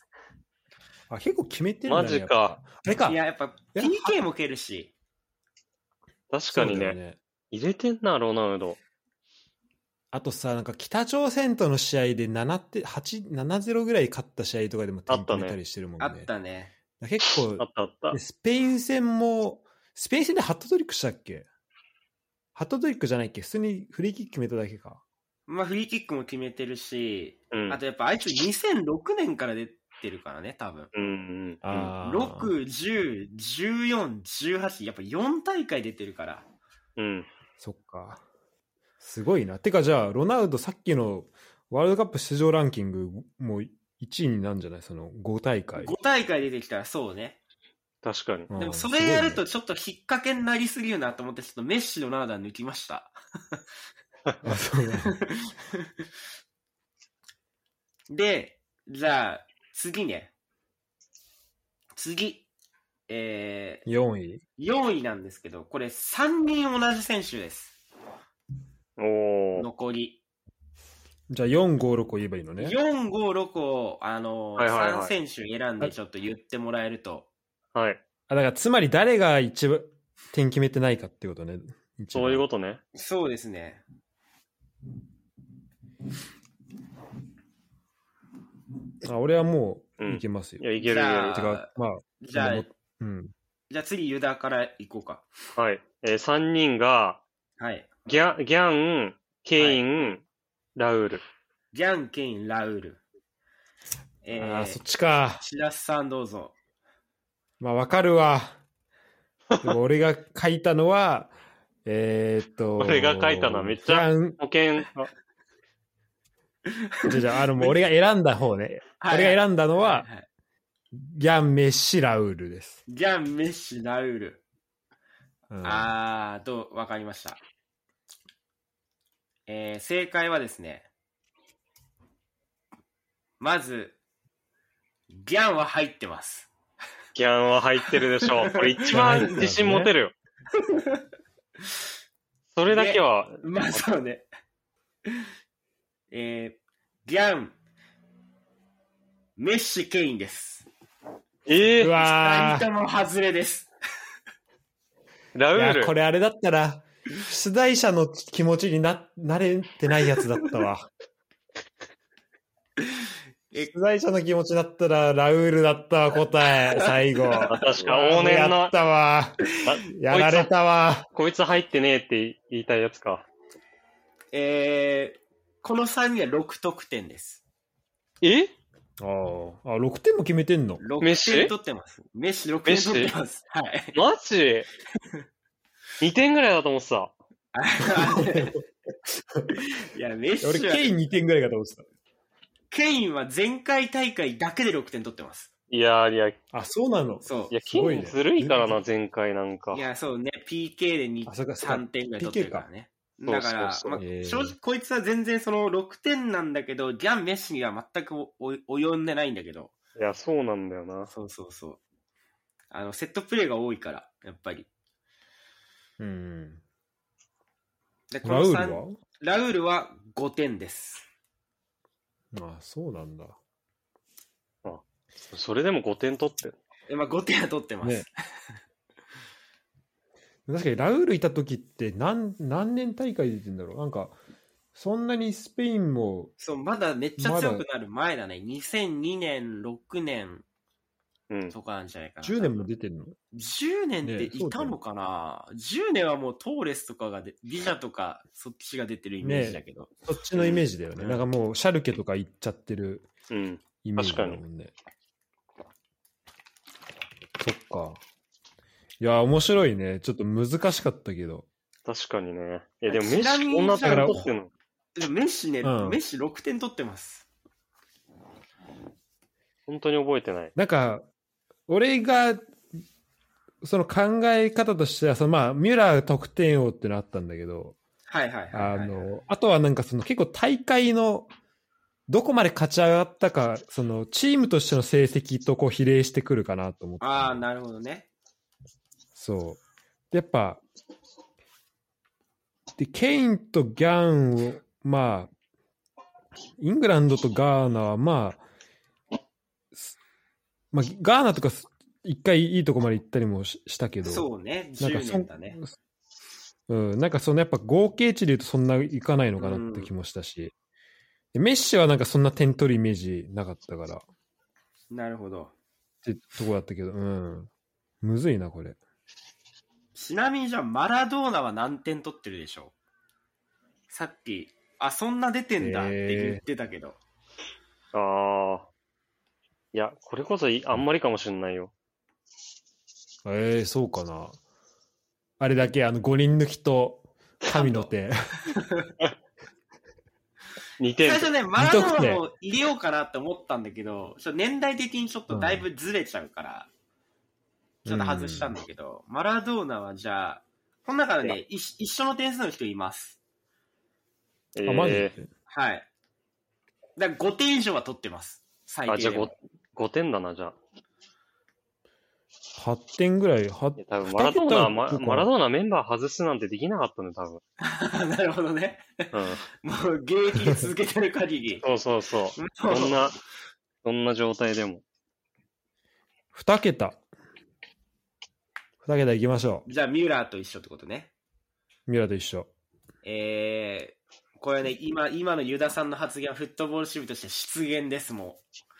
B: あ結構決めてるんだね
C: マジ
B: や
C: か。
B: っぱあれか。
A: いや、やっぱ
B: いや
A: PK も蹴るし、
C: 確かに
B: そうだよ
C: ね。入れてんな、ロナウド。
B: あとさ、なんか北朝鮮との試合で7って、8、7-0ぐらい勝った試合とかでも
C: あったね
B: めたりしてるもんね。
A: あったね。
B: 結構
C: あ、ったあった
B: で。スペイン戦も、スペイン戦でハットトリックしたっけハットトリックじゃないっけ普通にフリーキック決めただけか。
A: まあ、フリーキックも決めてるし、
C: うん。
A: あとやっぱあいつ2006年から出てるからね、多分。
C: うんうんうん。
B: あー
A: 6、10、14、18、やっぱ4大会出てるから。
C: うん。
B: そっか。すごいな。てかじゃあ、ロナウドさっきのワールドカップ出場ランキングもう1位になるんじゃないその5大会。
A: 5大会出てきたらそうね。
C: 確かに。
B: うん
A: でもそれやると
B: す
A: ちょっと引っ掛けになりすぎるなと思って、ちょっとメッシのナーダ抜きました。
B: ごいねあそうだね
A: で、じゃあ、次ね。次。え
B: 4位
A: ー、4位なんですけど、これ3人同じ選手です。
C: おー。
A: 残り。
B: じゃあ4、5、6を言えばいいのね。
A: 4、5、6を、あの
C: はいはいはい
A: 3選手選んでちょっと言ってもらえると。
C: はい。
B: あ、だからつまり誰が一番点決めてないかってことね。一番
C: そういうことね。
A: そうですね。
B: あ俺はも
C: う
B: うんいけますよ。
C: いや、いける
A: じ
C: よ。
A: ゃあ
B: てか、まあ、
A: じゃあ、
B: でもうん。
A: じゃあ次、ユダから行こうか。
C: はい。えー、3人が、
A: はい。
C: ギャギャン、ケイン、ラウール。
A: ジャン・ケイン・ラウール。え
B: ああ、
A: ー
B: そっちか。
A: シラスさんどうぞ。
B: まあ、わかるわ。でも俺が書いたのは、 えーっと。
C: 俺が書いたのはめっちゃ
B: ジャン
C: 保険、あ
B: じゃあじゃあ、あの、もう俺が選んだ方ね。俺が選んだのは、
A: いい
B: ギャン・メッシ・ラウールです。
A: ジャン・メッシ・ラウール。
B: うん
A: あーと、わかりました。えー正解はですね、まず、ギャンは入ってます。
C: ギャンは入ってるでしょ う。これ一
B: 入ってます
C: 番
B: ね
C: 自信持てるよ。 それだけは、
A: まあ、そうね。えーギャン、メッシ・ケインです。
C: え
B: う
C: ー、
A: 2
B: わー
A: 人とも外れです。
C: ラウー
B: いや、こ
C: ル。
B: れあれだったら、出題者の気持ちにな、なれてないやつだったわ。
A: え
B: 出題者の気持ちだったら、ラウールだったわ、答え、最後。
C: あ確か、往年
B: や
C: の
B: っ、たわ。やられたわ。
C: こいつ入ってねえって言いたいやつか。
A: えーこの3人は6得点です。
C: え
B: ああ、6点も決めて んの
A: 6
C: メッシ
A: 点取ってます。メッシ6点取ってます。はい。
C: マ ジ ?2 点ぐらいだと思ってた。
A: いや、メッシは
B: 俺、ケイン2点ぐらいかと思って
A: ケインは前回大会だけで6点取ってます。
C: いやー、いや、い
B: た。あ、そうなの。
A: そ
C: や、
B: すごい
C: 金
B: ね
C: ずるいからな、前回なんか
A: う。い。や、そうね、PK で2
B: あそっかそっか
A: 3点ぐらい取ってるからね。
C: PK
A: だ
C: か
A: から、
C: そうそ
A: まあ
C: うそう
B: へー
A: 正直、こいつは全然その6点なんだけど、ギャン・メッシには全くおお及んでないんだけど、
C: いや、そうなんだよな。
A: そうそうそう。あの、セットプレーが多いから、やっぱり。
B: うん。
A: でこ
B: ラ
A: の
B: ウ
A: 三
B: ールは
A: ラウールは5点です。
B: あそうなんだ。
C: それでも5点取ってる。
A: えまあ、5点は取ってます。
B: ね 確かに、ラウールいた時って何、何年大会出てんだろうなんか、そんなにスペインも、
A: そう、まだめっちゃ強くなる前だね。2002年、6年
C: うん。
A: とかなんじゃないかな。
B: 10年も出てんの
A: 10年っ
B: ね
A: て
B: えそう
A: い
B: だよ
A: たのかな、?10 年はもうトーレスとかがで、ビジャとか、そっちが出てるイメージだけど。
B: そっちのイメージだよね。
A: うん
B: なんかもう、シャルケとか行っちゃってる
C: うん。
B: イメージだもんね。そっか。いや、面白いね。ちょっと難しかったけど。
C: 確かにね。え、でもメッ
A: ちなみ
C: シ
A: に
C: こんな点
B: じゃあ
C: 取ってんの
A: でもメッシね、
B: うん
A: メッシ6点取ってます。
C: 本当に覚えてない。
B: なんか、俺が、その考え方としては、そのまあ、ミュラー得点王ってのあったんだけど、
A: はいはいはい、はい。
B: あの、あとはなんかその結構大会のどこまで勝ち上がったか、その、チームとしての成績とこう比例してくるかなと思って。
A: ああ、なるほどね。
B: そう。でやっぱ、で、ケインとギャンを、まあ、イングランドとガーナは、まあ、すまあ、ガーナとかす、一回いいとこまで行ったりもししたけど、
A: そうね、
B: なんか
A: 10年だね。
B: うん、なんかそのやっぱ合計値で言うとそんないかないのかなって気もしたし、でメッシはなんかそんな点取るイメージなかったからっ
A: なるほど。
B: てとこだったけど、うん、むずいな、これ。
A: ちなみにじゃあ、マラドーナは何点取ってるでしょうさっき、あ、そんな出てんだって言ってたけど。
C: ああ。いや、これこそいあんまりかもしれないよ。
B: ええそうかな。あれだけ、あの、5人抜きと、神の手。
C: 2
A: 最
C: 点。
A: 初ね、マラドーナも入れようかなって思ったんだけど、ちょっと年代的にちょっとだいぶずれちゃうから、ちょっと外したんだけど、マラドーナはじゃあ、この中でね、い一緒の点数の人います。
C: え
B: あ、マジ
C: え
A: はい。だから5点以上は取ってます。最
C: あ、じ
A: 低
C: ゃあ
A: でも
C: 5, 5点だな、じゃあ。
B: ?8 点ぐらい、
C: い
B: 8
C: や多分マラドーナ、マ
B: 二桁とか
C: マラドーナメンバー外すなんてできなかったね、多 分。
A: なるほどね。
C: うん。
A: もう現役続けてる限り。
C: そうそう そう。ど んな、どんな状態でも。
B: 2桁。2桁いきましょ
A: じゃあ、ミュラーと一緒ってことね。
B: う。ミラと一緒。
A: えー、これね、今、今のユダさんの発言はフットボール守備として失言です、も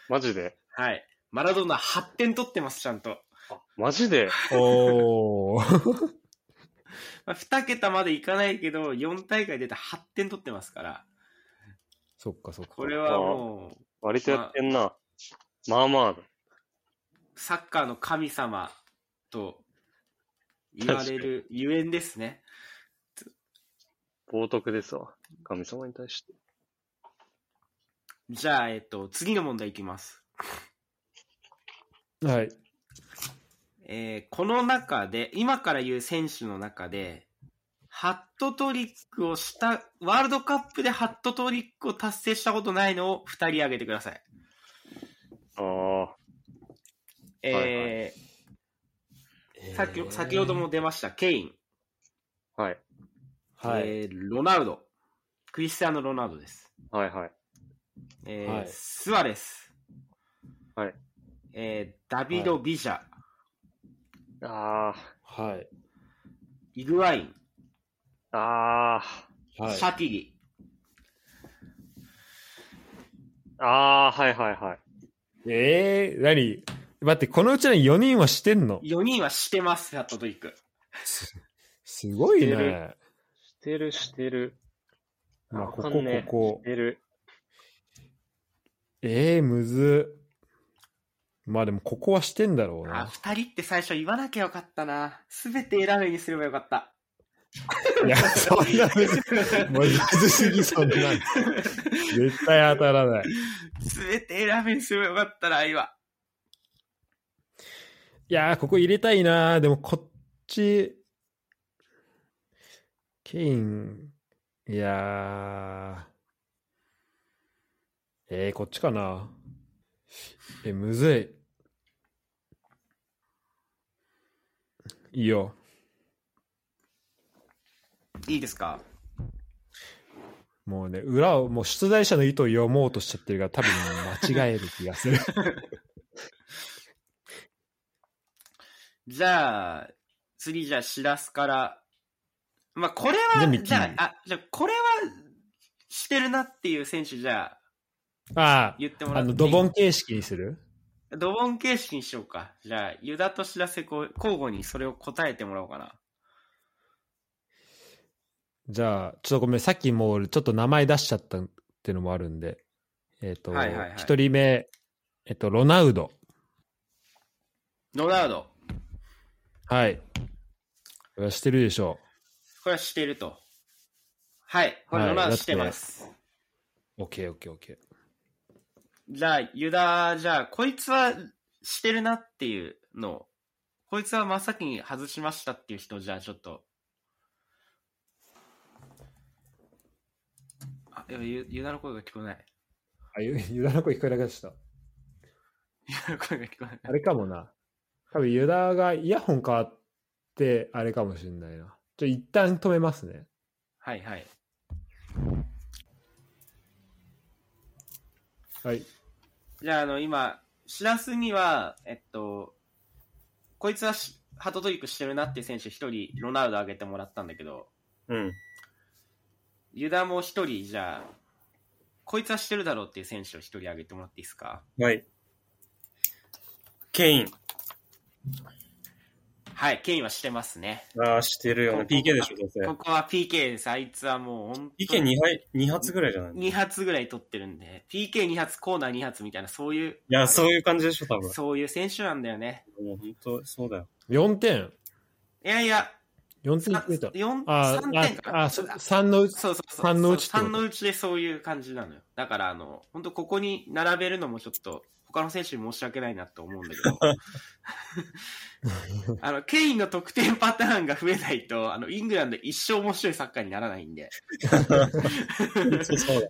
C: マジで。
A: う。はい。マラドーナ8点取ってます、ちゃんと。
C: マジで。
B: おー。
A: まあ、2桁までいかないけど、4大会出て8点取ってますから、
B: そっかそっか。
A: これはもう、
C: 割とやってんな。まあまあだ。
A: サッカーの神様と言われるゆえんですね。
C: 冒涜ですわ。神様に対して。
A: じゃあ、えっと、次の問題いきます。
B: はい。
A: えーこの中で、今から言う選手の中で、ハットトリックをした、ワールドカップでハットトリックを達成したことないのを2人挙げてください。
C: あ
A: えー
C: はい
A: 先ほ先ほども出ました、ケイン、
C: あ。はい。
B: はい。
A: えーロナウド、クリスティアーノ・ロナウドです。
C: はいはい。
A: えー
B: はい
A: スアレス、
C: はい
A: えーダビド・ビジャ、
C: あ
B: はい。
A: イグワイン、
C: あ。ああ。
B: はい
A: シ。ャティリ、
C: ああ、はいはいはい。
B: えー、何待って、このうちの4人はしてんの
A: 4人はしてます、ハットトリック。
B: すすごい
C: して
B: ね
C: る。してるしてる。
B: まあ、こ
C: わか
B: こ、
C: んねえ
B: ここ
C: し。てる。
B: ええむずっ。まあでも、ここはしてんだろ
A: あ、
B: うな。
A: 2人って最初言わなきゃよかったな。すべて選べにすればよかった。
B: いや、そん なむず、むずすぎ、そんなの。絶対当たらない。
A: すべて選べにすればよかったな、今。
B: いやー、ここ入れたいなー。でも、こっち、ケイン、いやー。えー、こっちかな。え、むずい。いいよ。
A: いいですか
B: もうね、裏を、もう出題者の意図を読もうとしちゃってるから、多分間違える気がする。
A: じゃあ、次じゃあ、シラスから。まあ、これ
B: じゃあ
A: は、
B: ミッキー
A: じゃあ、あ、じゃあ、これは、してるなっていう選手、じゃあ、
B: あ
A: 言っても
B: あ、
A: ら
B: あ
A: っていい
B: の、ドボン形式にする
A: ドボン形式にしようか。じゃあ、ユダと知らせこう交互にそれを答えてもらおうかな。
B: じゃあ、ちょっとごめん、さっきもうちょっと名前出しちゃったっていうのもあるんで、えっ、と、一、
A: はいはいはい
B: 人目、えっ、と、ロナウド。
A: ロナウド。
B: はい。これはしてるでしょ
A: これはしてると。はい。これ
B: はい
A: ロナウド
B: だって
A: してます。
B: う。オッケーオッケーオッケー。
A: じゃあ、ユダ、じゃあ、こいつはしてるなっていうのを、こいつは真っ先に外しましたっていう人、じゃあちょっと。あ、やばいユユダの声が聞こえない。
B: あ、ゆユダの声聞こえなくなっちゃった。
A: いや、声が聞こえ
B: あ
A: ない。
B: れかもな。多分ユダがイヤホン変わって、あれかもしんないな。ちょ、一旦止めますね。
A: はいはい。
B: はい。
A: じゃあ、あの、今、シラスには、えっと、こいつはしハットトリックしてるなっていう選手一人、ロナウド挙げてもらったんだけど、
C: うん。
A: ユダも一人、じゃあ、こいつはしてるだろうっていう選手を一人挙げてもらっていいですか
C: はい。ケイン。
A: はい、ケインはしてますね。
C: ああ、してるよね。
A: ここ
C: PK でしょ、どうせ。
A: ここは PK です。あいつはもう本当
C: PK2 杯、2発ぐらいじゃないのい
A: 2発ぐらい取ってるんで、PK2 発、コーナー2発みたいな、そういう、
C: や、そういう感じでしょ、多分。
A: そういう選手なんだよね。
C: もう本当、そうだよ。
B: 4点。
A: いやいや、
B: 4点増えた。
A: 4、
B: あ
A: 3点か
B: あ、あ、そ3のうち。
A: そうそうそう。
B: 三のうちってこと
A: 三のうちでそういう感じなのよ。だから、あの、本当ここに並べるのもちょっと、他の選手に申し訳ないなと思うんだけど、 あの、ケインの得点パターンが増えないと、あの、イングランド一生面白いサッカーにならないんで、
C: そうそうだ。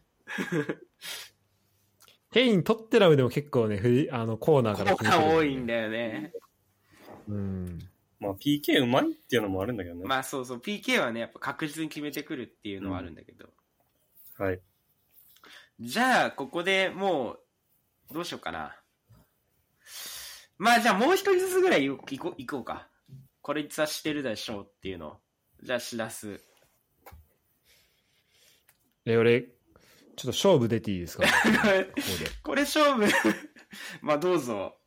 B: ケイン、トッテナムでも結構ね、フリーあのコーナー
A: こ
B: から
A: こが多いん
B: で。
A: だよね。
B: うん。
C: まあ、PK うまいっていうのもあるんだけどね。
A: まあそうそう、PK はね、やっぱ確実に決めてくるっていうのはあるんだけど。
C: はい。
A: じゃあ、ここでもう、どうしようかな。まあ、じゃあもう一人ずつぐらい行こ行こ行こうか。これ実はしてるでしょうっていうのを。じゃあ、しらす。
B: え、俺、ちょっと勝負出ていいで すかこ
A: これ
B: こで。
A: これ勝負。 まあ、どうぞ。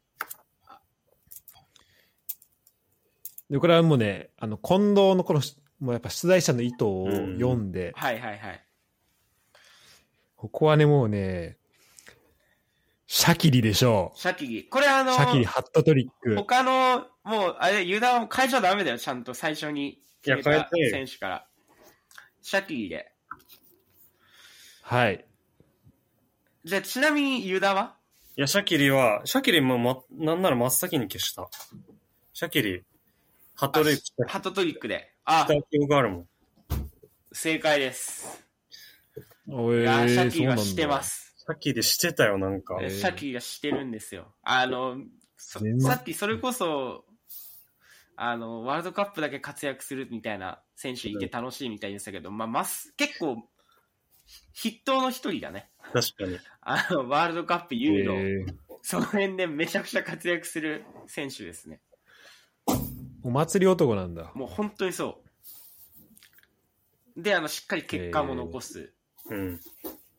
B: で、これはもうね、あの、近藤のこの、もうやっぱ出題者の意図を読んで、
A: はいはいはい。
B: ここはね、もうね、シャキリでしょ
A: シャキリ。これあ
B: う。シャキリ、
A: の、
B: ハットトリック。
A: 他の、もう、あれ、油断を変えちゃダメだよ。ちゃんと最初に決め
C: いや
A: た
C: 変えて
A: 選手から。シャキリで。
B: はい。
A: じゃあ、ちなみに、ユダはい
C: や、シャキリは、シャキリも、ま、なんなら真っ先に消した。シャキリ、ハトレイクした
A: ハットトリックで。あ、
C: 記憶があるもん。
A: 正解です。
B: お
A: い
B: え
A: やー、シャキ
B: そう
A: リ
B: な
A: は
B: んだ
A: してます。
C: シャキリしてたよ、なんか。
B: えー
A: シャキリはしてるんですよ。あの、そ
B: 全然
A: さっきそれこそ、あの、ワールドカップだけ活躍するみたいな選手いて楽しいみたいでしたけど、まあ、ます、結構、筆頭の一人だね。
C: 確かに。
A: あの、ワールドカップ、ユーロ、
B: えー
A: その辺でめちゃくちゃ活躍する選手ですね。
B: お祭り男なんだ。
A: もう本当にそう。で、あの、しっかり結果も残す
C: うん。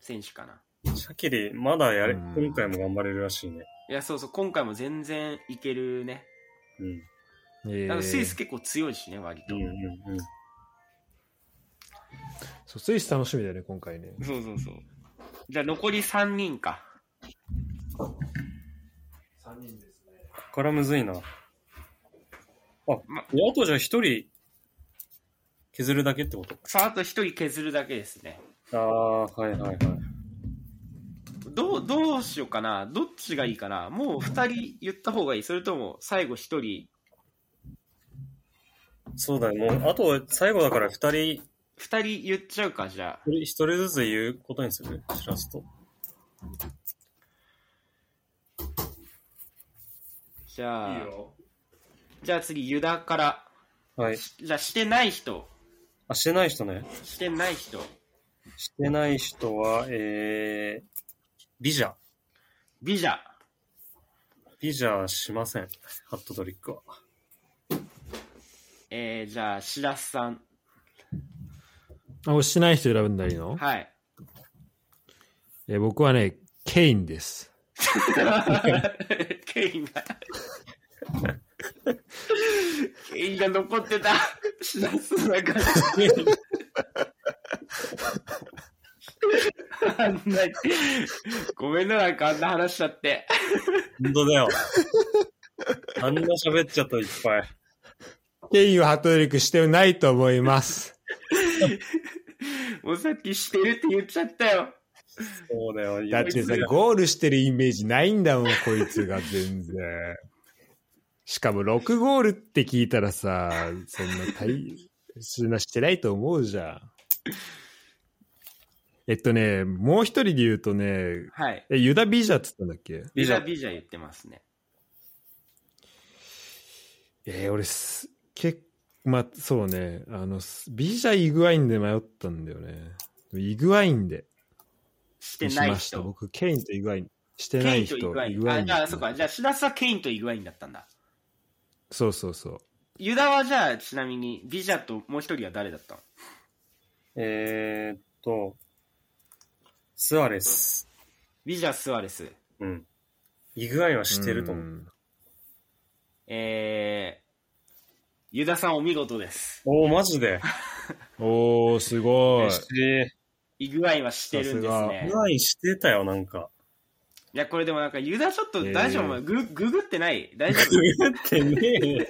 A: 選手かな。
C: シャキリ、まだやれ、
B: うん
C: 今回も頑張れるらしいね。
A: いや、そうそう、今回も全然いけるね。
C: うん。
B: え
A: だから
B: ー
A: スイス結構強いしね、割
C: う
A: と。
C: んうんうん。
B: そうスイス楽しみだよね、今回ね。
A: そうそうそう。じゃあ残り3人か。
B: 3人ですね。
C: ここからむずいな。あ、
A: ま
C: あとじゃあ一人削るだけってこ
A: さあ、あと1人削るだけですね。
C: とああ、はいはいはい。
A: どう、どうしようかな。どっちがいいかな。もう2人言った方がいい。それとも最後1人、
C: そうだね。もう、あと最後だから二人、一
A: 2人言っちゃうか、じゃあ。
C: 人一人ずつ言うことにする知らすと。
A: じゃあ、じゃあ次、ユダから。
C: はい。
A: しじゃあ、してない人。
C: あ、してない人ね。
A: してない人。
C: してない人は、えー、ビジャ。
A: ビジャ。
C: ビジャしません。ハットトリックは。
A: えー、じゃあ、しらすさん。
B: あ、押しない人選ぶんだいいの、
A: はい。
B: えー僕はね、ケインです。
A: ケインが。ケインが残って た。しらすの中で。あんなにごめんな、なんかあんな話しちゃって。
C: 本当 だよ。あんな喋っちゃったいっぱい。
B: ケインはハットトリックしてないと思います。
A: もうさっきしてるって言っちゃったよ。
C: そうだよ。
B: だってさ、ゴールしてるイメージないんだもん、こいつが全然。しかも6ゴールって聞いたらさ、そんな大、そんなしてないと思うじゃん。えっとね、もう一人で言うとね、
A: はい。
B: え、ユダ・ビジャっつったんだっけ
A: ビ
C: ビ
A: ジ
C: ジ
A: ャ
C: ャ
A: ビジャ言ってますね。
B: えー俺す、けまあ、そうね、あの、すビジャイグアインで迷ったんだよね。イグアインで
A: して
B: にし
A: ない
B: ました。
A: 人。
B: 僕、ケインとイグアイン。してな
A: ケイ
B: い
A: ンと
B: 人、
A: イグアイン。
B: イ
A: あ、
B: ン
A: じゃあ、そっか。じゃあ、シラスはケインとイグアインだったんだ。
B: そうそうそう。
A: ユダはじゃあ、ちなみに、ビジャともう一人は誰だったの
C: えーっと、スアレス。
A: ビジャ、スアレス。
C: うん。イグアイはしてると思う。
B: ん
A: えー、ユダさんお見事です。
C: おー、マジで。
B: おー、すごい
C: 嬉。しい。
A: イグアインはしてるんです
C: イ
A: ね
C: グ。アインしてたよ、なんか。
A: いや、これでもなんか、ユダちょっと
B: えー
A: 大丈夫、グググってない大丈夫
C: ググってねえよ。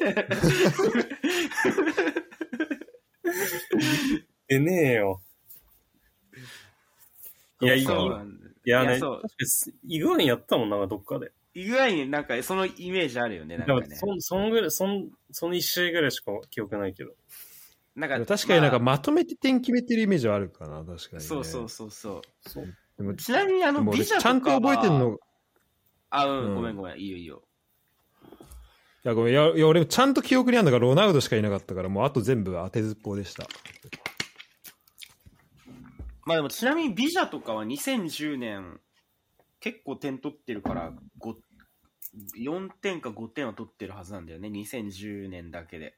C: ググってねえよ。いや、いい
A: そう
C: よ。
A: なんだ
C: いや
A: い
C: ね、
A: やそう
C: 確かにイグアインやったもんな、どっかで。
A: イグアインなんか、そのイメージあるよね、なん
C: でも
A: かね。
C: そん、そんぐらい、そん、その一試合ぐらいしか記憶ないけど。
A: なん
B: で
A: か
B: も確かになんか
A: ま
B: まとめて点決めてるイメージはあるかな、確
A: あ
B: かに、ね。
A: そうそうそうそう。
C: そう。
B: でも
A: ちなみにあ
B: で
A: の、
B: も
A: ビ
B: 俺
A: ジャと
B: ち
A: か
B: ゃ
A: は
B: んと覚えてるの、い
A: あ、うん、
B: うん
A: ごめんごめん、いいよいいよ。
B: や、ごめん、いや、いや俺ちゃんと記憶にあるのがロナウドしかいなかったから、もうあと全部当てずっぽうでした。
A: まあでもちなみにビジャとかは2010年、結構点取ってるから、ご4点か5点は取ってるはずなんだよね、2010年だけで。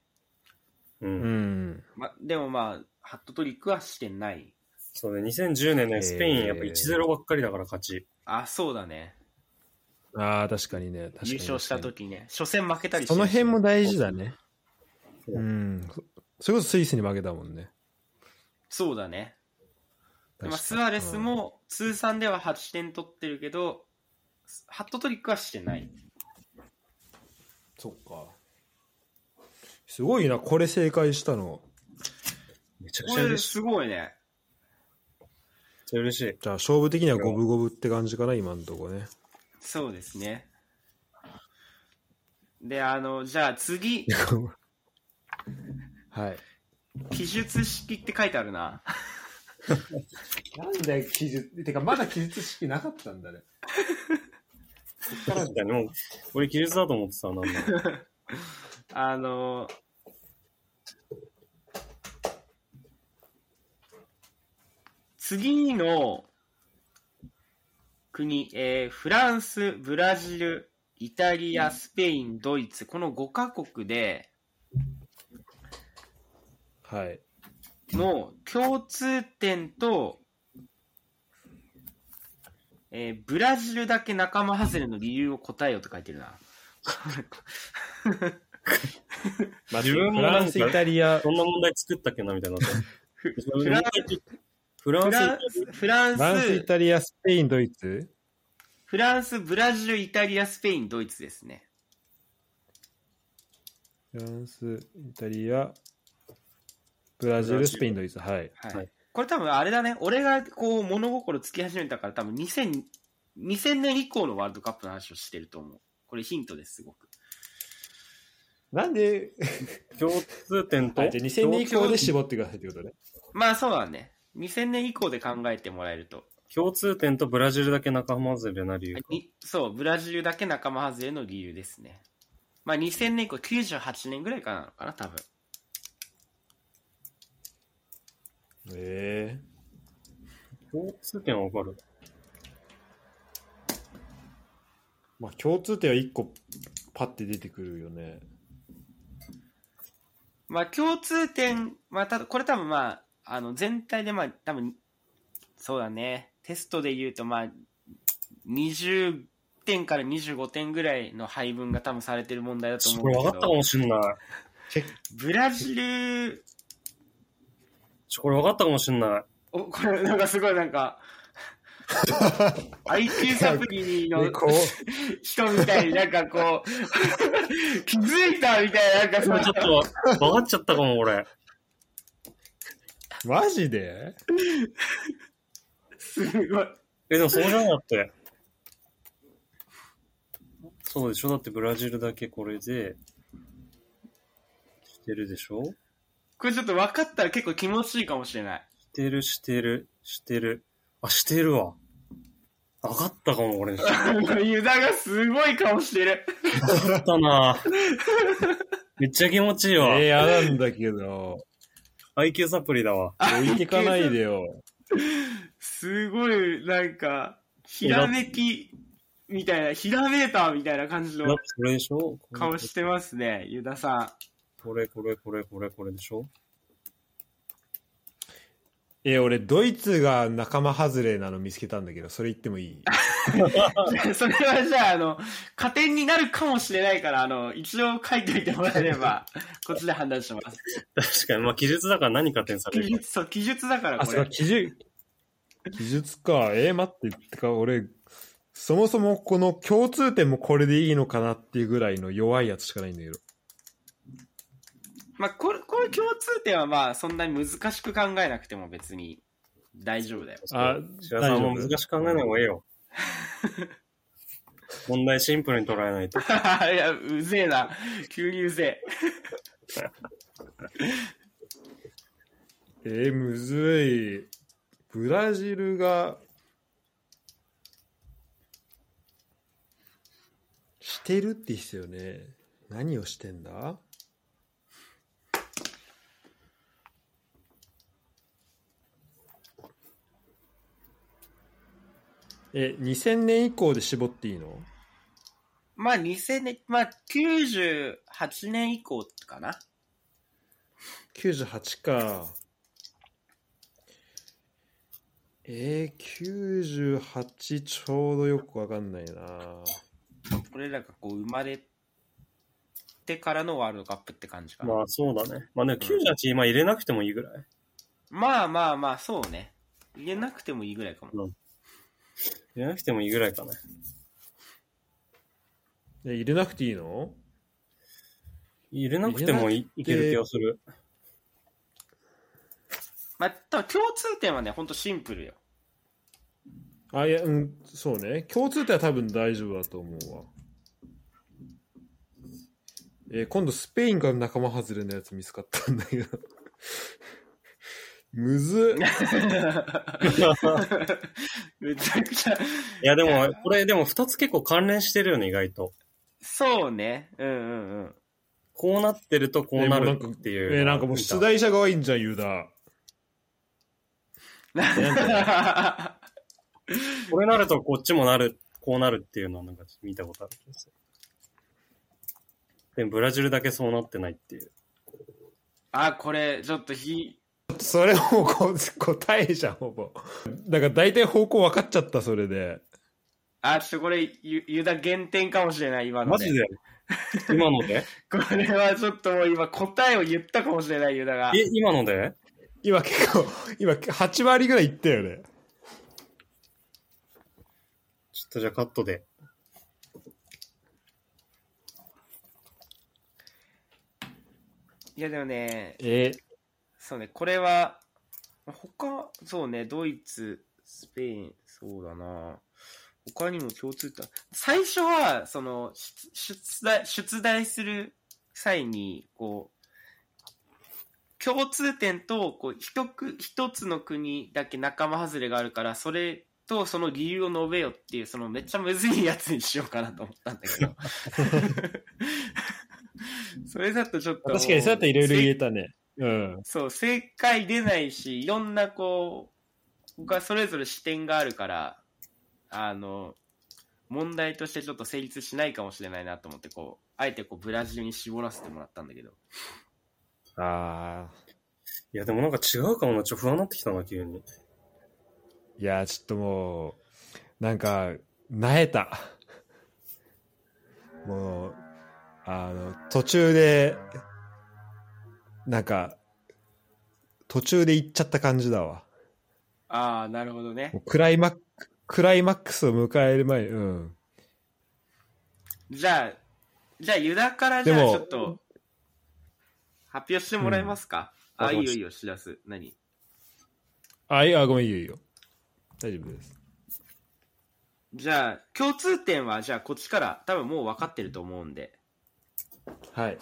C: う。
B: うんん。
A: まあ、でもまあ、ハットトリックはしてない。
C: そうね、2010年
B: へ
C: ね、
B: ー
C: スペインやっぱ1-0ばっかりだから勝ち。
A: あ、そうだね。
B: ああ、確かにね。確かに
A: 優勝した時ね。初戦負けたりして
B: そ
A: るし
B: の辺も大事だね。
C: そう
B: うん。そそれこそスイスに負けたもんね。
A: そうだね。でま
B: 確
A: あ、
B: か
A: スアレス、も通算では8点取ってるけど、ハットトリックはしてない。
B: そっか。すごいな、これ正解したの。
C: めちゃく
A: こ
C: ちゃ
A: れ
C: 嬉しい。
A: すごいね。
C: めっちゃ嬉しい。
B: じゃあ、勝負的には五分五分って感じかな、今のとこね。
A: そうですね。で、あの、じゃあ次、
B: はい。
A: 記述式って書いてあるな。
B: なんだよ、記述、てか、まだ記述式なかったんだね。
C: からみたいな。もう、俺、技術だと思ってたなんだろう。
A: あの、次の国、えーフランス、ブラジル、イタリア、スペイン、ドイツ、この5カ国で
B: はい。
A: の共通点と、えーブラジルだけ仲間外れの理由を答えようと書いてるな。
B: ま
C: 自分もなんか
B: リア
C: そんな問題作ったっけなみたいになって。
A: フ
C: フラ
A: フ
C: ンス、フラン
A: ラン
C: ス、
A: ス、フラン
B: フランス、
A: ス
B: イ、タリア、スペイン、ドイツ
A: フランス、ブラジル、イタリア、スペイン、ドイツですね。
B: フランス、イタリア、ブラジル、スペイン、ドイツ。はい。
A: はい。
C: はい
A: これ多分あれだね、俺がこう物心つき始めたから多分2000、2000年以降のワールドカップの話をしてると思う。これヒントです、すごく。
B: なんで、
C: 共通点と、
B: はい、じゃあ2000年以降で絞ってくださいってことね。
A: まあそうだね。2000年以降で考えてもらえると。
C: 共通点とブラジルだけ仲間外れな理由。
A: にそう、ブラジルだけ仲間外れの理由ですね。まあ2000年以降、98年ぐらいからなのかな、多分。
B: え
C: 共通点はわかる。
B: ーまあ共通点は1個パッて出てくるよね。
A: まあ共通点、まあただ、これ多分まあ、あの全体でまあ多分、そうだね、テストで言うとまあ、20点から25点ぐらいの配分が多分されてる問題だと思
C: これ
A: うんだ
C: 分か
A: け
C: ったか
A: ど、
C: もしんない。
A: ブラジル、
C: ちょ、これ分かったかもしんない。
A: お、これなんかすごいなん か、IQ サプリの
B: でこう
A: 人みたいになんかこう、気づいたみたいな、
C: ちょ
A: なんかさ、
C: っと、分かっちゃったかも、俺。
B: マジ です
A: ごい。
C: え、でもそうじゃなかったよ。そうでしょだってブラジルだけこれで、してるでしょ
A: これちょっと分かったら結構気持ちいいかもしれない。
C: してる、してる、してる。あ、してるわ。上がったかも、俺。上
A: ユダがすごい顔してる。
C: がった なめっちゃ気持ちいいわ。
B: えー、嫌なんだけど、
C: IQ サプリだわ。
B: 置いてかないでよ。
A: すごい、なんか、ひらめき、みたいな、ひらめいたみたいな感じ
C: だっ
A: の
C: てこれでしょ
A: 顔してますね、ユダさ
C: これこれこれこれこれでしょ
B: えー、俺、ドイツが仲間外れなの見つけたんだけど、それ言ってもいい
A: ん。 それはじゃあ、あの、加点になるかもしれないから、あの、一応書いておいてもらえれば、こっちで判断します。
C: 確かに、まあ、記述だから何か点され
A: 記
C: るか。
A: 述、そう、記述だから、
B: あ、
A: こ
B: そう
A: れ
B: か、。記述、記述か。えー、待って、ってか、俺、そもそもこの共通点もこれでいいのかなっていうぐらいの弱いやつしかないんだけど。
A: まあ、これ、これ共通点はまあ、そんなに難しく考えなくても別に大丈夫だよ。
B: あ
C: 白さんも
B: 大丈夫
C: 難しく考えない方がいい よ。問題シンプルに捉えないと。
A: いや、うぜえな。急にうぜ
B: えー、むずい。ブラジルが、してるって必要ね。何をしてんだえ、2000年以降で絞っていいの
A: え。まあ、2000年、まあ、98年以降かな。
B: 98か。えー、98ちょうどよくわかんないな。
A: 俺らがこう、生まれてからのワールドカップって感じかな。
C: まあ、そうだね。まあ、でも98今入れなくてもいいぐらい。
A: まあまあまあ、そうね。入れなくてもいいぐらいかも。
C: 入れなくてもいいぐらいかね。
B: え入れなくていいの
C: 入れなくてもいいける気がする。
A: まあ、ただ共通点はね、ほんとシンプルよ。
B: あ、いや、うん、そうね。共通点は多分大丈夫だと思うわ。えー今度スペインから仲間外れのやつ見つかったんだけど。 むずっ。
A: めちゃくちゃ。
C: いや、でも、これ、でも2つ結構関連してるよね、意外と。
A: そうね。うんうんうん。
C: こうなってるとこうなるって
B: え
C: いう。
B: ーなんかもう出題者が多いんじゃん、ユダ。
C: これなるとこっちもなる、こうなるっていうのはなんか見たことある気がする。でもブラジルだけそうなってないっていう。
A: あ、これ、ちょっとひ、
B: それもこ答えじゃん、ほぼ。だから大体方向分かっちゃった、それで。
A: あ、ちょっとこれ、ゆ、ゆだ減点かもしれない、今の、ね。
C: マジで今ので
A: これはちょっともう今答えを言ったかもしれないよ、だが
C: え。、今ので
B: 今結構、今8割ぐらいいったよね。
C: ちょっとじゃあカットで。
A: いやでもね、
B: え
A: そうね、これは、他、そうね、ドイツ、スペイン、そうだな。他にも共通点。最初は、その、出出題、出題する際に、こう、共通点と、こう、一く、一つの国だけ仲間外れがあるから、それとその理由を述べよっていう、そのめっちゃむずいやつにしようかなと思ったんだけ ど。それだとちょっともう。
B: 確かにそうやっていろいろ言えたね。うん。
A: そう、正解出ないし、いろんなこう、他それぞれ視点があるから、あの、問題としてちょっと成立しないかもしれないなと思って、こう、あえてこう、ブラジルに絞らせてもらったんだけど。
B: ああ。
C: いや、でもなんか違うかもな。ちょっと不安になってきたな、急に。
B: いや、ちょっともう、なんか、なえた。もう、あの、途中で、なんか、途中で行っちゃった感じだわ。
A: ああ、なるほどね
B: も。うクライマック、クライマックスを迎える前、うん。
A: じゃあ、じゃあ、ユダからじゃあ
B: でも
A: ちょっと、発表してもらえますか、
C: う
A: あ、
C: んわ
A: い
C: か
A: い
C: りま
A: よ
C: した
A: いいよ、知らす。何
B: あ、いや、ごめん、いいよ、いいよ。大丈夫です。
A: じゃあ、共通点は、じゃあ、こっちから、多分もう分かってると思うんで。
B: はい。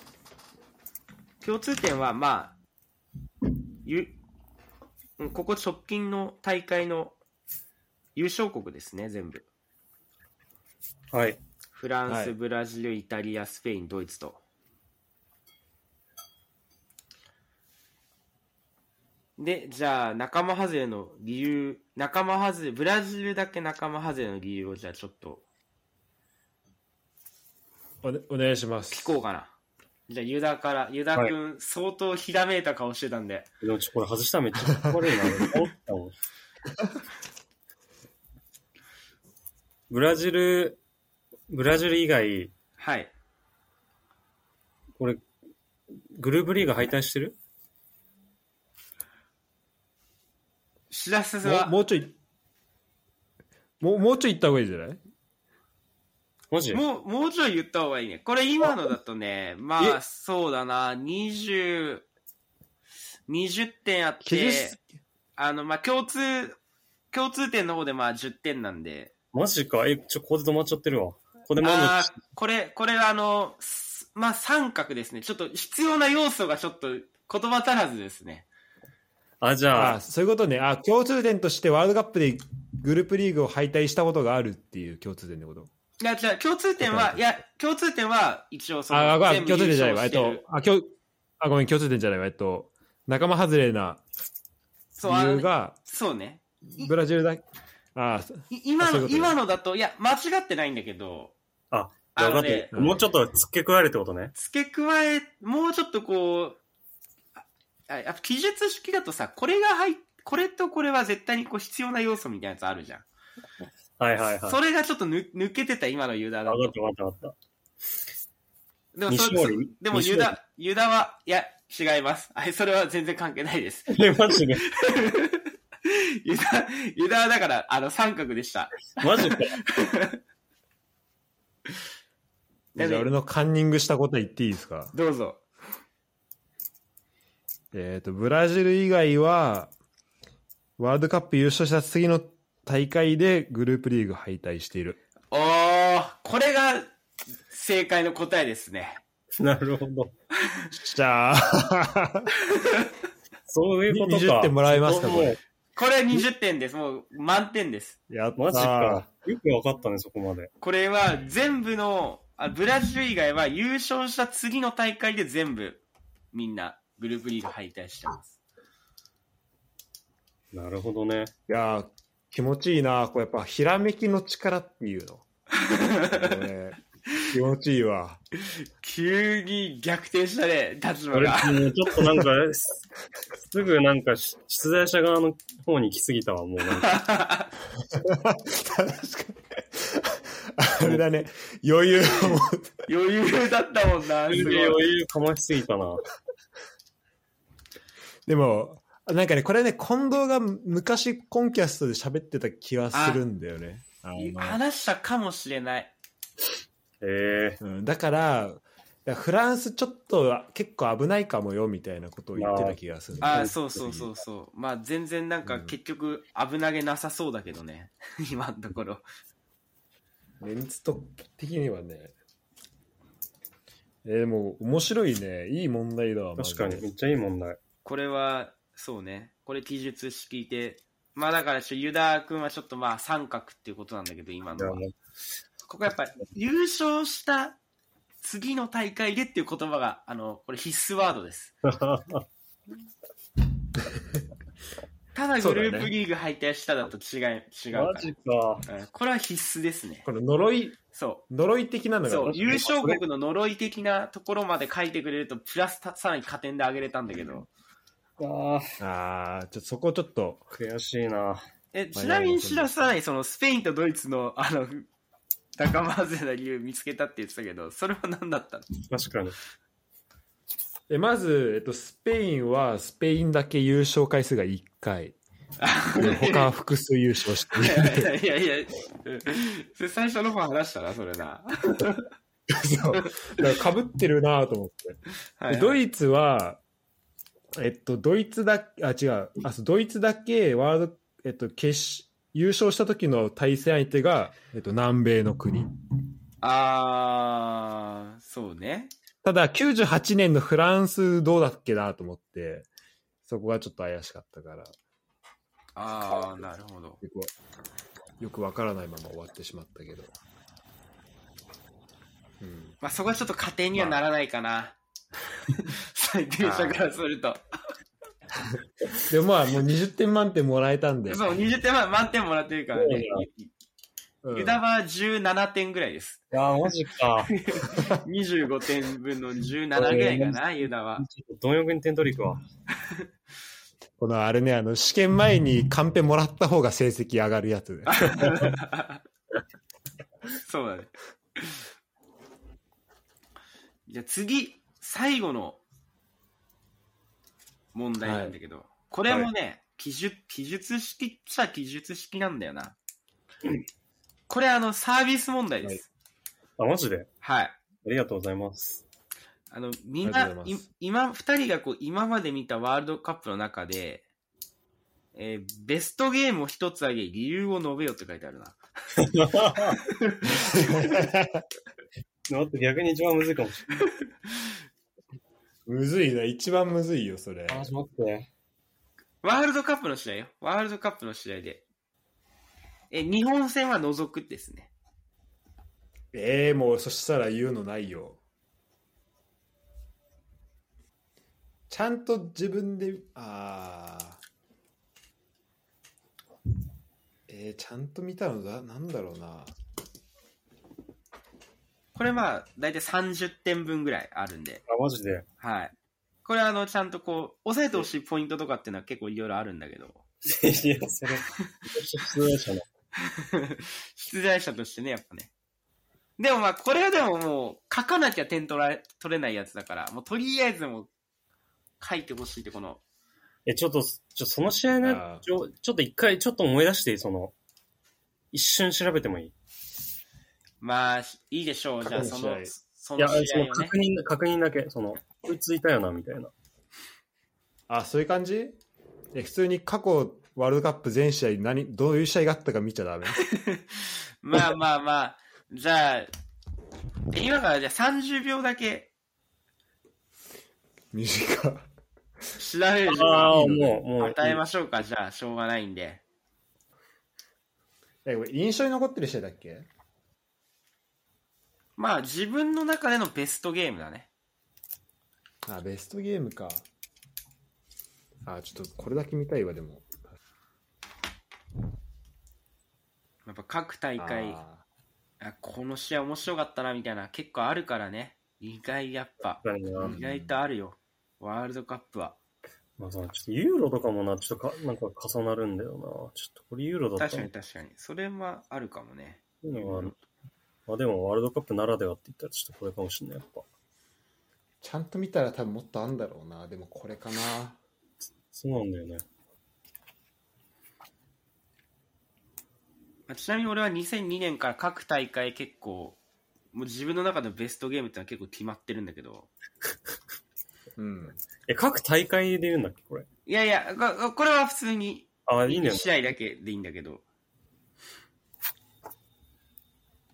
A: 共通点はまあゆうんここ直近の大会の優勝国ですね、全部。
D: はい。
A: フランス、
B: はい
A: ブラジル、イタリア、スペイン、ドイツと。で、じゃあ、仲間外れの理由、仲間外れ、ブラジルだけ仲間外れの理由を、じゃあちょっと
B: おねお願いします
A: 聞こうかな。じゃあ、ユダから、ユダ君、相当ひらめいた顔してたんで、
D: でもちょ、これ外したらめっちゃ怒られるな。おったもんブラジル、ブラジル以外、
A: はい。
D: これ、グループリーグ敗退してる
A: 知らせ
B: もう
A: は、
B: もうちょいもうもうちょい行った方がいいんじゃない
D: マジ
A: もう、もうちょい言った方がいいね。これ今のだとね、まあ、そうだな、20、20点あっ
B: 90
A: て、あの、まあ、共通、共通点の方でまあ10点なんで、
D: マジか。え、ちょ、ここで止まっちゃってるわ。ここでもあ
A: あーこれ、これはあの、すまあ、三角ですね。ちょっと必要な要素がちょっと言葉足らずですね。
D: の、あ、じゃ
B: あ
D: あ、
B: そういうことねあ共通点としてワールドカップでグループリーグを敗退したことがあるっていう共通点ってこと
A: いや、じゃあ共通点は、いや、共通点は一応その、
B: ああごめ
A: 全
B: ん
A: 部優
B: 共通点じゃないわえ
A: 勝
B: っ
A: してる
B: とあきょあごめん共通点じゃないわえっと仲間外れな
A: そう、あ
B: 理由
A: の、
B: が
A: そうね。い
B: ブラジルだあー
A: い今
B: そういう
A: の、
B: ことね
A: 今のだと、いや、間違ってないんだけど、
D: あ、
A: あ
D: 分か
A: の
D: っ
A: ね
D: て、、もうちょっと付け加えるってことね。
A: 付け加え、もうちょっとこう、ああ記述式だとさ、これが入っこれとこれは絶対にこう必要な要素みたいなやつあるじゃん。
D: はいはいはい。
A: それがちょっとぬ抜けてた今のユダだ
D: 分かっ
A: と。
D: た分かった分かっ
A: でもそ
D: 西森
A: でも
D: 西
A: ユ
D: 森
A: ダ、ユダは、いや、違います。あそれは全然関係ないです。
D: た。え、マジで。
A: ユダ、ユダはだから、あの、三角でした。
D: マジか。
B: じ
A: だ
B: ゃ
A: ね
B: あ俺のカンニングしたこと言っていいですか
A: どうぞ。
B: えっ、と、ブラジル以外は、ワールドカップ優勝した次の大会でグループリーグ敗退している。
A: おー、これが正解の答えですね。
D: なるほど。
B: じゃあ、
D: そういうことか。
B: 20点もらえますか、これ。
A: これ20点です。もう満点です。
B: やったー
D: マジか。。よく分かったね、そこまで。
A: これは全部の、あブラジル以外は優勝した次の大会で全部、みんな、グループリーグ敗退してます。
D: なるほどね。
B: いやー気持ちいいなこうやっぱ、ひらめきの力っていうの。これ気持ちいいわ。
A: 急に逆転したね、立場
D: 俺、
A: が。
D: もうちょっとなんか、すすぐなんかし、出題者側の方に来すぎたわ、もうなんか。
B: 確かに。あれだね、余裕を持って
A: 余裕だったもんな、
D: 余
A: すごい。
D: 裕かましすぎたな。
B: でも、なんかね、これね、近藤が昔コンキャストで喋ってた気はするんだよね。あの
A: 話したかもしれない。
D: ええ
B: うん、だから、だからフランスちょっと結構危ないかもよみたいなことを言ってた気がする。
D: う
A: あ
D: ん
A: ーそうそうそうそう。まあ全然なんか
B: うん
A: 結局危なげなさそうだけどね。 今のところ。
B: メンツと的にはね。えー、でも面白いね。いい問題だわ。マジ
D: 確
B: で
D: かに、めっちゃいい問題。
A: これは、そうね。これ記述式で。まあだからちょ、ユダ君はちょっとまあ三角っていうことなんだけど、今
D: いや
A: のは
D: も。う
A: ここやっぱ優勝した次の大会でっていう言葉が、あの、これ必須ワードです。ただグループリーグ敗退しただと違い、違うか
D: マジか。
A: ら、うんこれは必須ですね。
B: この呪い、
A: そ
B: 呪い的な
A: う。
B: のが
A: そう、
B: 面白
A: 優
B: い。
A: 勝国の呪い的なところまで書いてくれると、プラスたさらに加点で上げれたんだけど。
D: あ
B: ああ、ちょっとそこちょっと。
D: ー悔しいな。
A: え、ちなみに知らさない、そのスペインとドイツの、あの、仲間外れな理由見つけたって言ってたけど、それは何だ ったの
D: 確かに。
B: えまず、えっと、スペインはスペインだけ優勝回数が1回。他は複数優勝し
A: い
B: てる。
A: やいやいや、うんそれ最初の方話したな、それな。
B: そう。だから被ってるなと思って。
A: はいはい
B: ドイツは、えっと、ドイツだあ、違う、あ、そうドイツだけワールド、えっと、決し優勝した時の対戦相手が、えっと、南米の国。
A: あー、そうね。
B: ただ、98年のフランスどうだっけなと思って、そこがちょっと怪しかったから。
A: あー、なるほど。
B: でこよくわからないまま終わってしまったけど。うん。
A: まあ、そこはちょっと加点にはならないかな。 最低者からすると。
B: でもまあ、もう20点満点もらえたんで。
A: そう、20点満満点もらってるからね。
B: うん
A: ユダは17点ぐらい です。
C: ああ、マジか。
A: 25点分の17ぐらいかな、ユダは。
C: 貪欲に点取り行くわ。
B: このあれね、あの、試験前にカンペもらった方が成績上がるやつ。
A: そうだね。じゃあ次、最後の問題なんだけど、これもね、記述、記述式っちゃ記述式なんだよな。これあの、サービス問題です。
C: あ、マジであ
A: はい。
C: りがとうございます。
A: あの、みん
B: あ
A: な
B: りがとうござい
A: い
B: ます、
A: 今、二人がこう、今まで見たワールドカップの中で、えーベストゲームを一つ挙げ、理由を述べよって書いてあるな。
C: 待って、逆に一番むずいかもしれ
B: むずいな、一番むずいよ、それ。
C: ない。あ、待って。
A: ワールドカップの試合よ。ワールドカップの試合で。え、日本戦は除くですね。
B: ええもうそしたら言うのないよ。ちゃんと自分で、ああ。えー、ちゃんと見たのだ、なんだろうな。
A: これまあ、だいたい30点分ぐらいあるんで。
C: あ、マジで。
A: はい。これあの、ちゃんとこう、押さえてほしいポイントとかっていうのは結構いろいろあるんだけど、
C: いや、 それ、失礼者な。
A: 出題者としてね、やっぱね。でもまあ、これはでももう、書かなきゃ点取られ、取れないやつだから、もうとりあえずもう、書いてほしいってこの、
C: え、ちょっと、ちょ、その試合
B: あ
C: ね
B: ー、
C: ちょ、ちょっと一回、ちょっと思い出していいその、一瞬調べてもいい
A: まあ、いいでしょう。じゃあその
B: 過去の試合、
A: そ
C: いや、
A: の
C: そ
A: 試合
C: の
A: をね
C: 確。認、確認だけ、その、追いついたよな、みたいな。
B: あ、そういう感じえ普通に過去ワールドカップ全試合何、どういう試合があったか見ちゃダメ。
A: まあまあまあ、じゃあ、今からじゃあ30秒だけ
B: 短っ。
A: 調べる時間
C: ああ、
B: いいの
C: もう、もう。
A: 与えましょうか、じゃあ、しょうがないんで。
B: え、これ印象に残ってる試合だっけ
A: まあ、自分の中でのベストゲームだね。
B: あ、ベストゲームか。あ、ちょっとこれだけ見たいわ、でも。
A: やっぱ各大会、あ
B: あ
A: この試合面白かったな、みたいな、結構あるからね。意外やっぱ、
C: だよ
B: うん
C: な
A: 意外とあるよ。ワールドカップは。
C: まあ、そのちょっとユーロとかもな、ちょっとか、なんか重なるんだよな。ちょっとこれユーロだっ
A: 確
C: た
A: からに確かに。それはあるかもね。
C: そういうのがある。まあでも、ワールドカップならではって言ったら、ちょっとこれかもしれない、やっぱ。
B: ーちゃんと見たら多分もっとあんだろうな。でもこれかな。
C: そうなんだよね。
A: まあちなみに俺は2002年から各大会結構、もう自分の中のベストゲームってのは結構決まってるんだけど。
B: うん。
C: え、各大会で言うんだっけ、これ。
A: いやいや、ここれは普通に
C: あ、いいね
A: 1。試合だけでいいんだけど、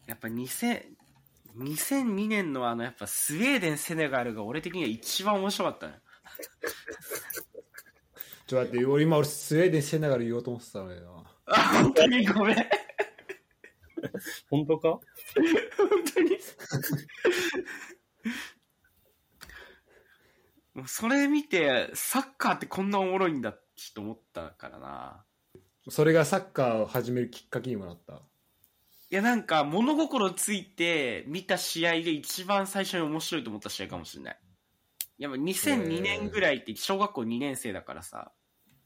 A: やっぱ2000 2002年のあのやっぱスウェーデン、セネガルが俺的には一番面白かったのよ
B: ちょっと待って、俺今俺スウェーデンせながら言おうと思ってたのよな。
A: あ、本当にごめん。本
C: 本当か
A: 当に。もうそれ見て、サッカーってこんなおもろいんだってちょっと思ったからな。
B: それがサッカーを始めるきっかけにもなった。
A: いやなんか物心ついて見た試合で一番最初に面白いと思った試合かもしれない。いやっぱ2002年ぐらいって小学校2年生だからさ、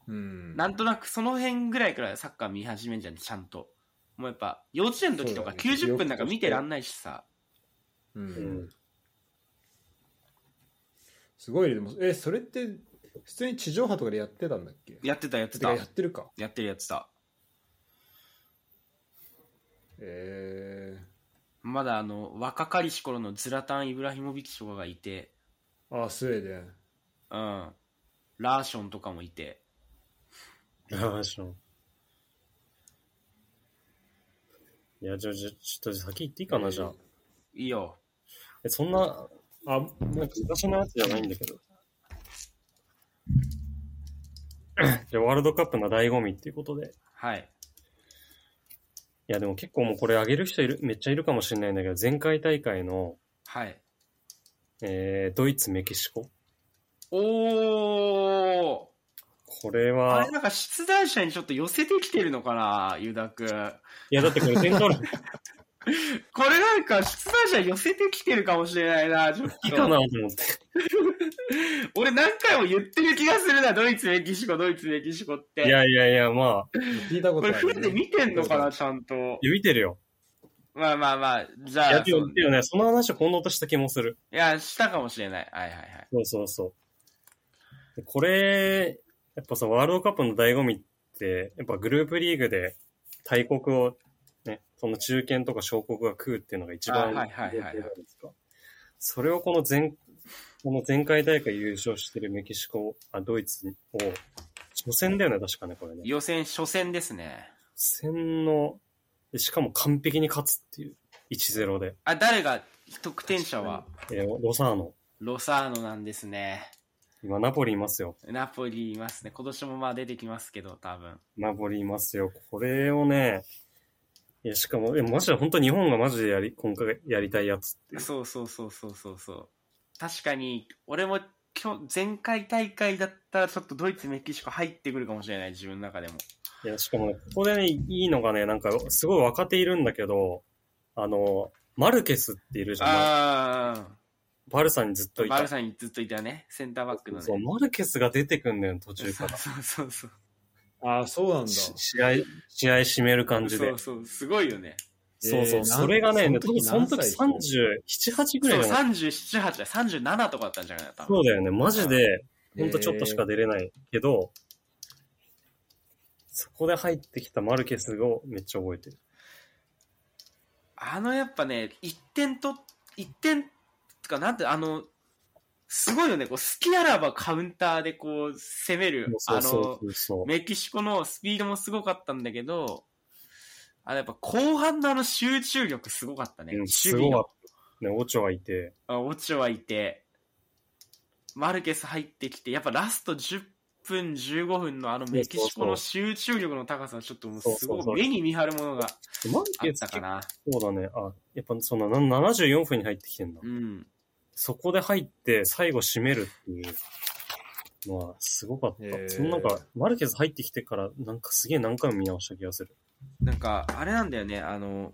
B: うん。
A: なんとなくその辺ぐらいからサッカー見始めんじゃん、ちゃんと。もうやっぱ幼稚園の時とか
B: そうだね
A: 90分なんか見てらんないしさ、
B: う
C: うんん。。
B: すごいね。でも、え、それって、普通に地上波とかでやってたんだっけ
A: やってたやって
B: て
A: た
B: か。やってるか。
A: やってるやってた。
B: え
A: まだあの、若かりし頃のズラタン・イブラヒモビッチとかがいて、
B: ー。あ、スウェーデン。
A: うん。ラーションとかもいて。
C: ああ、しょ。いや、じゃあ、じゃあちょっと先行っていいかな、じゃあ。
A: いいよ。
C: え、そんな、
B: あ、も
C: なん
B: う
C: か昔のやつじゃないんだけど。じゃあ、ワールドカップの醍醐味っていうことで。
A: はい。
C: いや、でも結構もうこれ上げる人いる、めっちゃいるかもしれないんだけど、前回大会の、
A: はい。
C: えー、ドイツ、メキシコ。
A: おー
C: これ
A: あ
C: は
A: れ、なんか出題者にちょっと寄せてきてるのかな、ユダくん。
C: いや、だってこれ点取る、
A: これなんか出題者に寄せてきてるかもしれないな、ちょっ
C: いいかなと
A: と。
C: 思って。
A: 俺何回も言ってる気がするな、ドイツ、メキシコ、ドイツ、メキシコって。
C: いやいやいや、まあ、
B: 聞いたこ
A: こと
B: あ
A: れ
B: る、
A: フルで見てんのかな、ちゃんと。
C: 見てるよ。
A: まあまあまあ、じ
C: い
A: ゃ
C: や、
A: あ、
C: でも
A: そう
C: 見てるね。その話を近藤とした気もする。
A: いや、したかもしれない。はいはいはい。
C: そうそうそう。でこれ、やっぱさ、ワールドカップの醍醐味って、やっぱグループリーグで大国を、ね、その中堅とか小国が食うっていうのが一番
A: あはいはいはいはい
C: じゃないですか。それをこの前、この前回大会優勝してるメキシコ、あ、ドイツを、初戦だよね、確かね、これね。初
A: 予選、初戦ですね。
C: 戦の、でしかも完璧に勝つっていう、1-0で。
A: あ、誰が、得点者は、
C: えーロサーノ。
A: ロサーノなんですね。
C: 今、ナポリいますよ。
A: ナポリいますね。今年もまあ出てきますけど、多分。
C: ナポリいますよ。これをね、いや、しかも、え、マジで本当日本がマジでやり、今回やりたいやつっていう。
A: そうそうそうそうそうそう。確かに、俺も今日、前回大会だったらちょっとドイツ、メキシコ入ってくるかもしれない、自分の中でも。
C: いや、しかもね、ここでね、いいのがね、なんか、すごい若手いるんだけど、あの、マルケスっているじゃん。
A: あ
C: バルサにずっと
A: あ、
C: い
A: バ
C: た。
A: ルさんにずっといたね、センターバックのね。
C: そ、
A: そうう
C: マルケスが出てくんだよ、途中
A: そう
C: から。
A: そうそう。
B: ああ、そうなんだ。
C: し試合、試合締める感じで
A: そう。そう、すごいよね。
C: そう
B: え
C: そう、
B: ー
C: それがね、
B: なん
C: 多分その時37、8ぐ
A: そう、
C: らいじゃない
A: 37、8だ、37とかだったんじゃないかな。多分
C: そうだよね、マジで、
B: うん
C: ほんとちょっとしか出れないけど、そこで入ってきたマルケスをめっちゃ覚えてる。
A: あのやっぱね、一点と、一点、とかなんて、あの、すごいよね、こう、好きあらばカウンターでこう、攻める。
C: そうそうそうそ
A: あの、
C: う。
A: メキシコのスピードもすごかったんだけど、あのやっぱ後半のあの集中力すごかったね。
C: うん
A: 守
C: す
A: 備
C: ごか
A: の
C: っ。た。ね、オチョがいて、
A: あオチョはいて、マルケス入ってきて、やっぱラスト10分、15分のあのメキシコの集中力の高さはちょっともうす
C: そうそうそ
A: ご
C: う
A: い目に見張るものが
C: マル
A: あっ
C: ケス
A: たか
C: 結
A: な。
C: 構だね、あ、やっぱそのな74分に入ってきてんだ。
A: うん。
C: そこで入って最後締めるっていうのはすごかった
B: へ。ー
C: そのなんか、マルケス入ってきてからなんかすげえ何回も見直した気がする。
A: なんか、あれなんだよね、あの、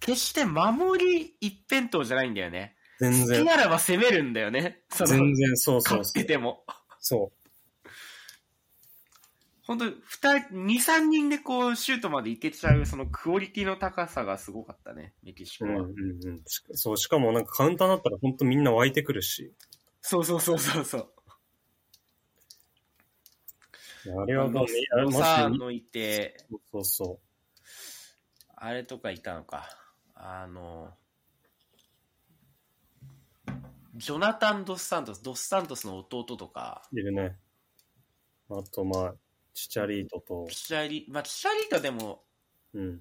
A: 決して守り一辺倒じゃないんだよね。
C: 全
A: 好き
C: 然、
A: ならば攻めるんだよね。その
C: 全然、そうそ
A: 勝
C: う
A: っ
C: そ
A: て
C: う。
A: ても。
C: そう。
A: 本当二人、二、三人でこう、シュートまでいけちゃう、そのクオリティの高さがすごかったね、メキシコ
C: う
A: は。
C: んうんうん、しそう、しかもなんかカウンターになったら本当みんな湧いてくるし、
A: そうそうそうそうそう。
C: いやあれはもう、あれ
A: ロ
C: マジ
A: サー
C: で
A: ノいて、
C: そうそ
A: あれとかいたのか。あの、ジョナタン・ドスサントス、ドスサントスの弟とか、
C: う、いるね。あとまあ、チチャリートと
A: ピ、シャリ、まあ、ピシャリがでも、
C: うん。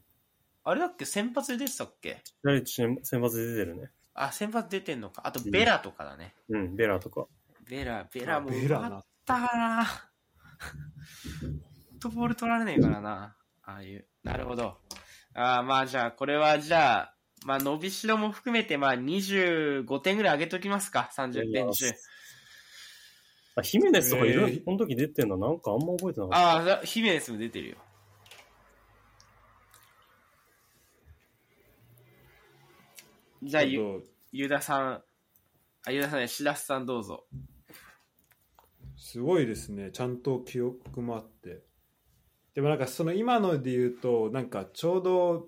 A: あれだっけ先発で出てたっけ
C: チチャリート先先発で出てるね。
A: あ、先発出てんのか。あと、
C: うん
A: ベラとかだね。
C: うん、ベラとか。
A: ベラ、ベラも
B: ベ
A: う
B: ラ
A: ま
B: な
A: かったから な。フットボール取られねえからな。ああいう。なるほど。あーまあじゃあ、これはじゃあ、まあ伸びしろも含めて、まあ25点ぐらい上げときますか。30点中。
C: あ、ヒメネスとかいる、
B: えー
C: この時出てんのなんかあんま覚えてなかった。
A: ああ、だヒメネスも出てるよ。じゃあ、
B: ち
A: ゆ
B: ょっと
A: ユダさん、あ、ユダさんね、シラスさんどうぞ。
B: すごいですね。ちゃんと記憶もあって。でもなんかその今ので言うと、なんかちょうど、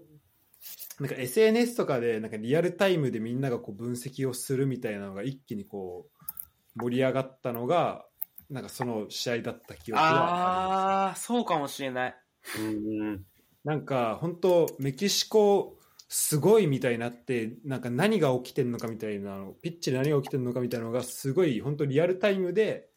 B: なんか SNS とかでなんかリアルタイムでみんながこう分析をするみたいなのが一気にこう盛り上がったのが、なんかその試合だった記憶はあります。
A: ああ、そうかもしれない。
C: うんうん。
B: なんか本当メキシコすごいみたいになってなんか何が起きてるのかみたいなのピッチで何が起きてるのかみたいなのがすごい本当リアルタイムで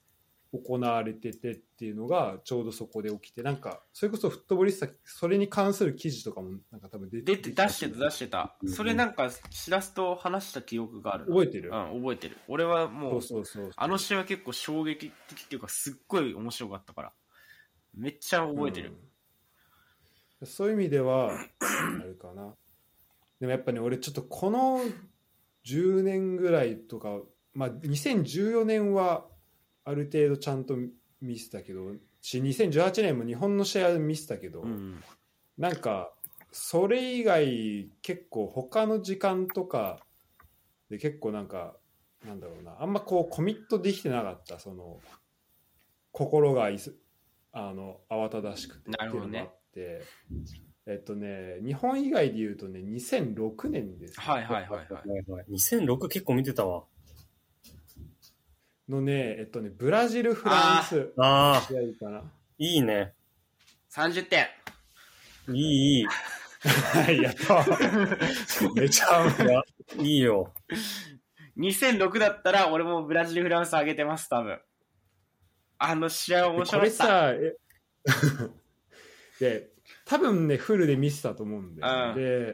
B: 行われててっていうのがちょうどそこで起きてなんかそれこそフットボリスタそれに関する記事とかもなんか多分出
A: 出て、出してた、出してた
C: う。ん
A: それなんか、シラスと話した記憶があるな。
B: 覚えてる、
A: うん、覚えてる。俺はもう、
B: そうそうそう
A: あの試合は結構衝撃的っていうか、すっごい面白かったから。めっちゃ覚えてる。
B: うんそういう意味で は、あれかな。でもやっぱね、俺ちょっとこの10年ぐらいとか、まあ、2014年はある程度ちゃんと見せたけど、し2018年も日本の試合は見せたけど、
A: うん。
B: なんか、それ以外、結構他の時間とかで結構なんか、なんだろうな、あんまこうコミットできてなかった、その、心がいすあの慌ただしくてって
A: なる
B: いう
A: ほど
B: のもあ
A: ね
B: って、えっとね、日本以外で言うとね、2006年ですね、
A: はいはいはいはい。
D: はいはい2006結構見てたわ。
B: のね、えっとね、ブラジル、フランス、
D: ああ、
B: 試合かな。
D: いいね。
A: 30点。
D: いい、いい。
B: はい、や った。めちゃ
D: いや、いいよ。
A: 2006だったら、俺もブラジル、フランス上げてます、多分。あの試合は面
B: こ
A: 白か
B: れ
A: った。
B: さ、え で、多分ね、フルで見せたと思うんで、
A: うん
B: で、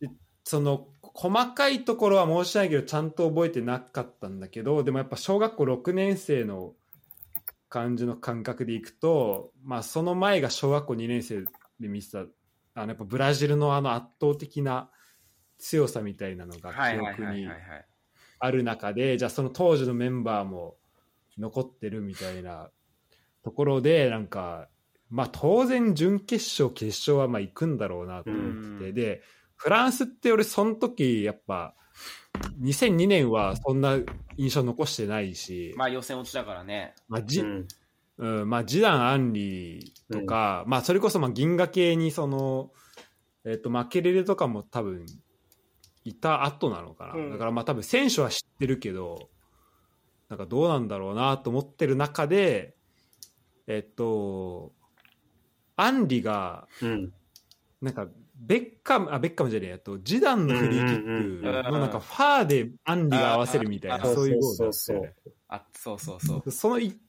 B: でその、細かいところは申し訳ないけど、ちゃんと覚えてなかったんだけど、でもやっぱ小学校6年生の感じの感覚でいくと、まあ、その前が小学校2年生で見せた、あの、やっぱブラジルのあの圧倒的な強さみたいなのが
A: はい
B: 記
A: はい
B: 憶
A: はいはい
B: に
A: はい。
B: ある中でじゃあその当時のメンバーも残ってるみたいなところでなんかまあ当然準決勝決勝はまあ行くんだろうなと思ってて、
A: うん
B: でフランスって俺その時やっぱ2002年はそんな印象残してないし、
A: まあ予選落ちだからね。
B: まあじ
D: うん。
B: うんまあ、ジダン・アンリーとか、まあ、それこそまあ銀河系にその、えっとマケレレとかも多分いた後なのかな、
A: うん
B: だからまあ多分選手は知ってるけどなんかどうなんだろうなと思ってる中でえっとアンリが
D: うん。
B: なんかベッカムあベッカムじゃねええっとジダンのフリーキッ
A: うんうんうん
B: クのなんかファーでアンリが合わせるみたいな
A: あー
B: そういうゴール
D: そうそう
B: だった
D: そう
B: よね。
A: あ、そうそうそう。
B: そのい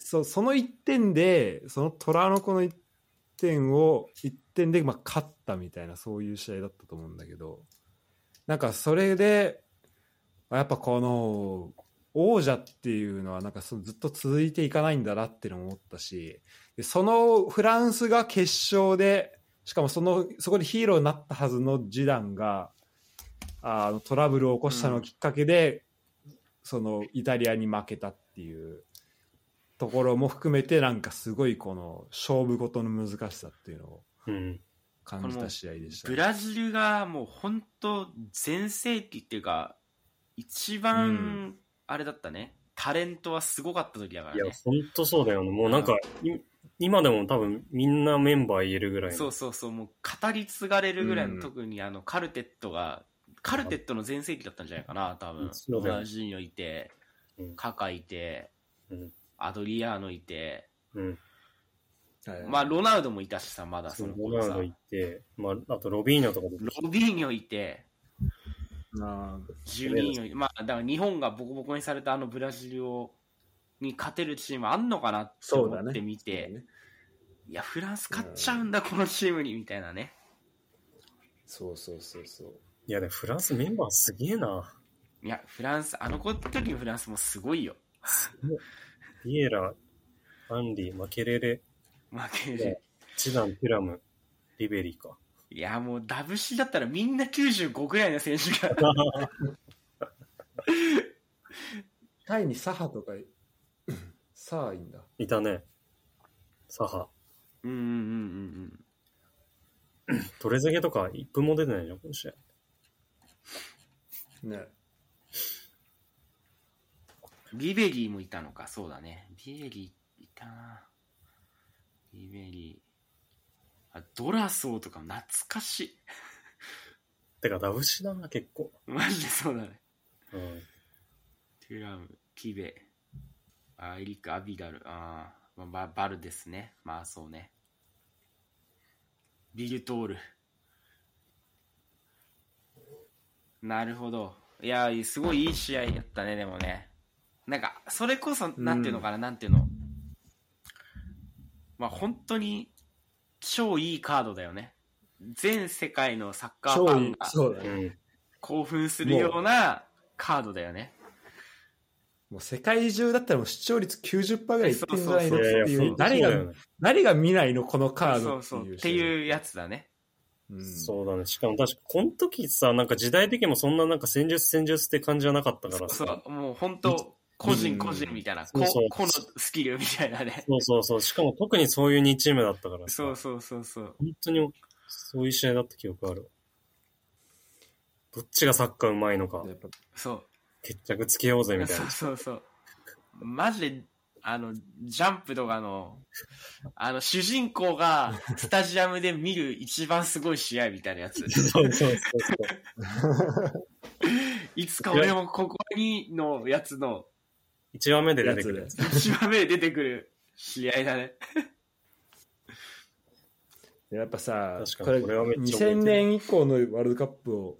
B: そうその1点で、その虎の子の1点を、1点で、まあ、勝ったみたいな、そういう試合だったと思うんだけど、なんかそれで、やっぱこの、王者っていうのは、なんかそのずっと続いていかないんだなっていうのも思ったし、でそのフランスが決勝で、しかもそのそこでヒーローになったはずのジダンが、あのトラブルを起こしたのをきっかけで、そのイタリアに負けたっていうところも含めてなんかすごいこの勝負事の難しさっていうのを
D: うん。
B: 感じた試合でしたね、
A: ブラジルがもう本当全盛期っていうか一番あれだったね、タレントはすごかった時だ
D: い
A: から
D: や
A: ね、
D: ほんとそうだよね。もうなんか、い今でも多分みんなメンバー言えるぐらいの。
A: そうそうそうもう語り継がれるぐらいの、
B: うん
A: 特にあのカルテットがカルテットの全盛期だったんじゃないかな多分
D: そうだ
A: ブ
D: よね
A: ラジルいて
D: うん
A: カカいて、
D: うん
A: アドリアーノいて、
D: うん。
B: はい
A: まあロナウドもいたしさまだ
D: そ
A: その
D: の
A: 頃
D: ロナウ
A: さ
D: ド行って、まあ、あとロビーニョとかで。
A: ロビーニョいて
B: あ
A: 12人よりまあ、だから日本がボコボコにされたあのブラジルをに勝てるチームあんのかなって
B: そう
A: 思
B: だね
A: ってみ
B: ー
A: て、いや、フランス勝っちゃうんだ、このチームに、みたいなね。
B: そうそうそうそう
D: いや、でもフランスメンバーすげえな。
A: いや、フランス、あの時のフランスもすごいよ。
D: ビエラ、アンリー、マケレレ、
A: 負け
D: いや
A: る。
D: ジダン、テュラム、リベリーか。
A: いや、もうダブシだったらみんな95ぐらいの選手が。
B: タイにサハとかサーいいんだ
D: いたね。サハ。
A: うんうんうんうん
D: トレゼゲとか一分も出てないじゃん、この試合。
B: ね
A: うん。リベリーもいたのか、そうだね。リベリーいたな。リベリー。あ、ドラソーとか懐かしい。
D: てか、ダブシだな、結構。
A: マジでそうだね。
D: うん。
A: テュラム、キベ、あエリック・アビダル、あーまあ、ババルですね。まあそうね。ビルトール。なるほど。いや、すごいいい試合やったね、でもね。なんか、それこそ、なんていうのかな、なんていうの。まあ本当に、超いいカードだよね。全世界のサッカーフ
B: 超
A: ァ
B: い
A: ン
B: い
A: が
B: そうだ
D: う
B: ね
D: ん。
A: 興奮するようなカードだよね。
B: もう世界中だったらもう視聴率90%ぐらいいってんじゃないの
A: そ
B: っ
A: う
B: て
A: そう
B: いう誰
C: そうだよ
B: が
C: ね
B: 誰が見ないのこのカー
A: そ
B: ド
A: うそう。っ
B: って
A: て
B: いう
A: いうやつだね。
B: うん
C: そうだね。しかも確か、この時さ、なんか時代的にもそんななんか戦術戦術って感じじゃなかったから
A: そ
C: さ。
A: う、もう本当個人個人みたいな、こ
C: そうそう
A: 個のスキルみたいなね。
C: そうそうそう。しかも特にそういう2チームだったからさ。
A: そうそうそうそう。
C: 本当に、そういう試合だった記憶ある。どっちがサッカーうまいのか、
B: やっぱ
A: そ
C: 決着つけようぜ
A: う。
C: みたい
A: そ
C: な
A: う。そうそう。マジで、あの、ジャンプとかの、あの、主人公がスタジアムで見る一番すごい試合みたいな やつ。
C: そうそうそう
A: いつか俺もここにのやつの
C: 1話目で出てくるやつ。
A: 一番目で出てくる試合だね。
B: やっぱさ
C: 確か
B: こ
C: に
B: れ
C: これはめっちゃ覚えてる
B: 2000年以降のワールドカップを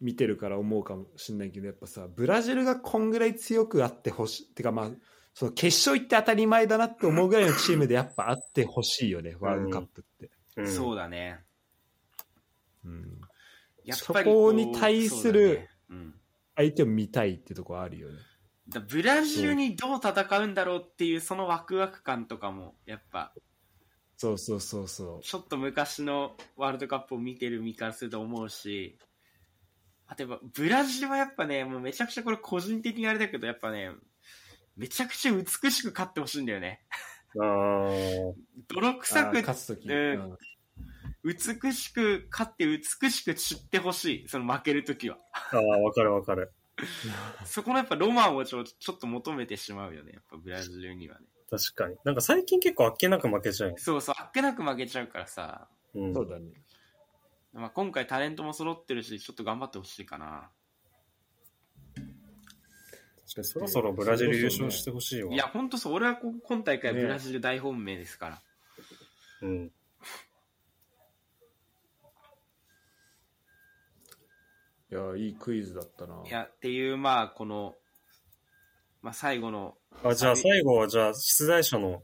B: 見てるから思うかもしれないけどやっぱさブラジルがこんぐらい強くあってほしいてかまあその決勝行って当たり前だなって思うぐらいのチームでやっぱあってほしいよねワールドカップって、
C: うん、
A: そうだね。
B: うん
A: やっぱりう
B: そこに対する
A: そうだねうん
B: 相手を見たいってとこあるよね
A: だブラジルにどう戦うんだろうっていうそのワクワク感とかもやっぱ
B: そうそうそうそ
A: ちょっと昔のワールドカップを見てる身からすると思うしあとやっぱブラジルはやっぱねもうめちゃくちゃこれ個人的にあれだけどやっぱねめちゃくちゃ美しく勝ってほしいんだよね
C: あー
A: 泥
B: う
A: 臭
B: あ
A: く
B: ー勝つ時、
A: うん
B: うん
A: 美しく勝って美しく散ってほしいその負けるときは
C: あー、わかるわかる。
A: そこのやっぱロマンをちょちょっと求めてしまうよねやっぱブラジルにはね
C: 確かに。なんか最近結構あっけなく負けちゃうよ。
A: そうそうあっけなく負けちゃうからさ
C: うん。
B: そうだね
A: まあ、今回タレントも揃ってるし、ちょっと頑張ってほしいかな。
C: 確かにそろそろブラジル優勝してほしいわ。
A: いや、ほんとそう、俺はこ今大会
B: ね
A: ブラジル大本命ですから。
C: うん。
B: いやいいクイズだったない
A: や、っていう、まあ、この、まあ、最後の、
C: あ、じゃあ最後は、じゃあ出題者の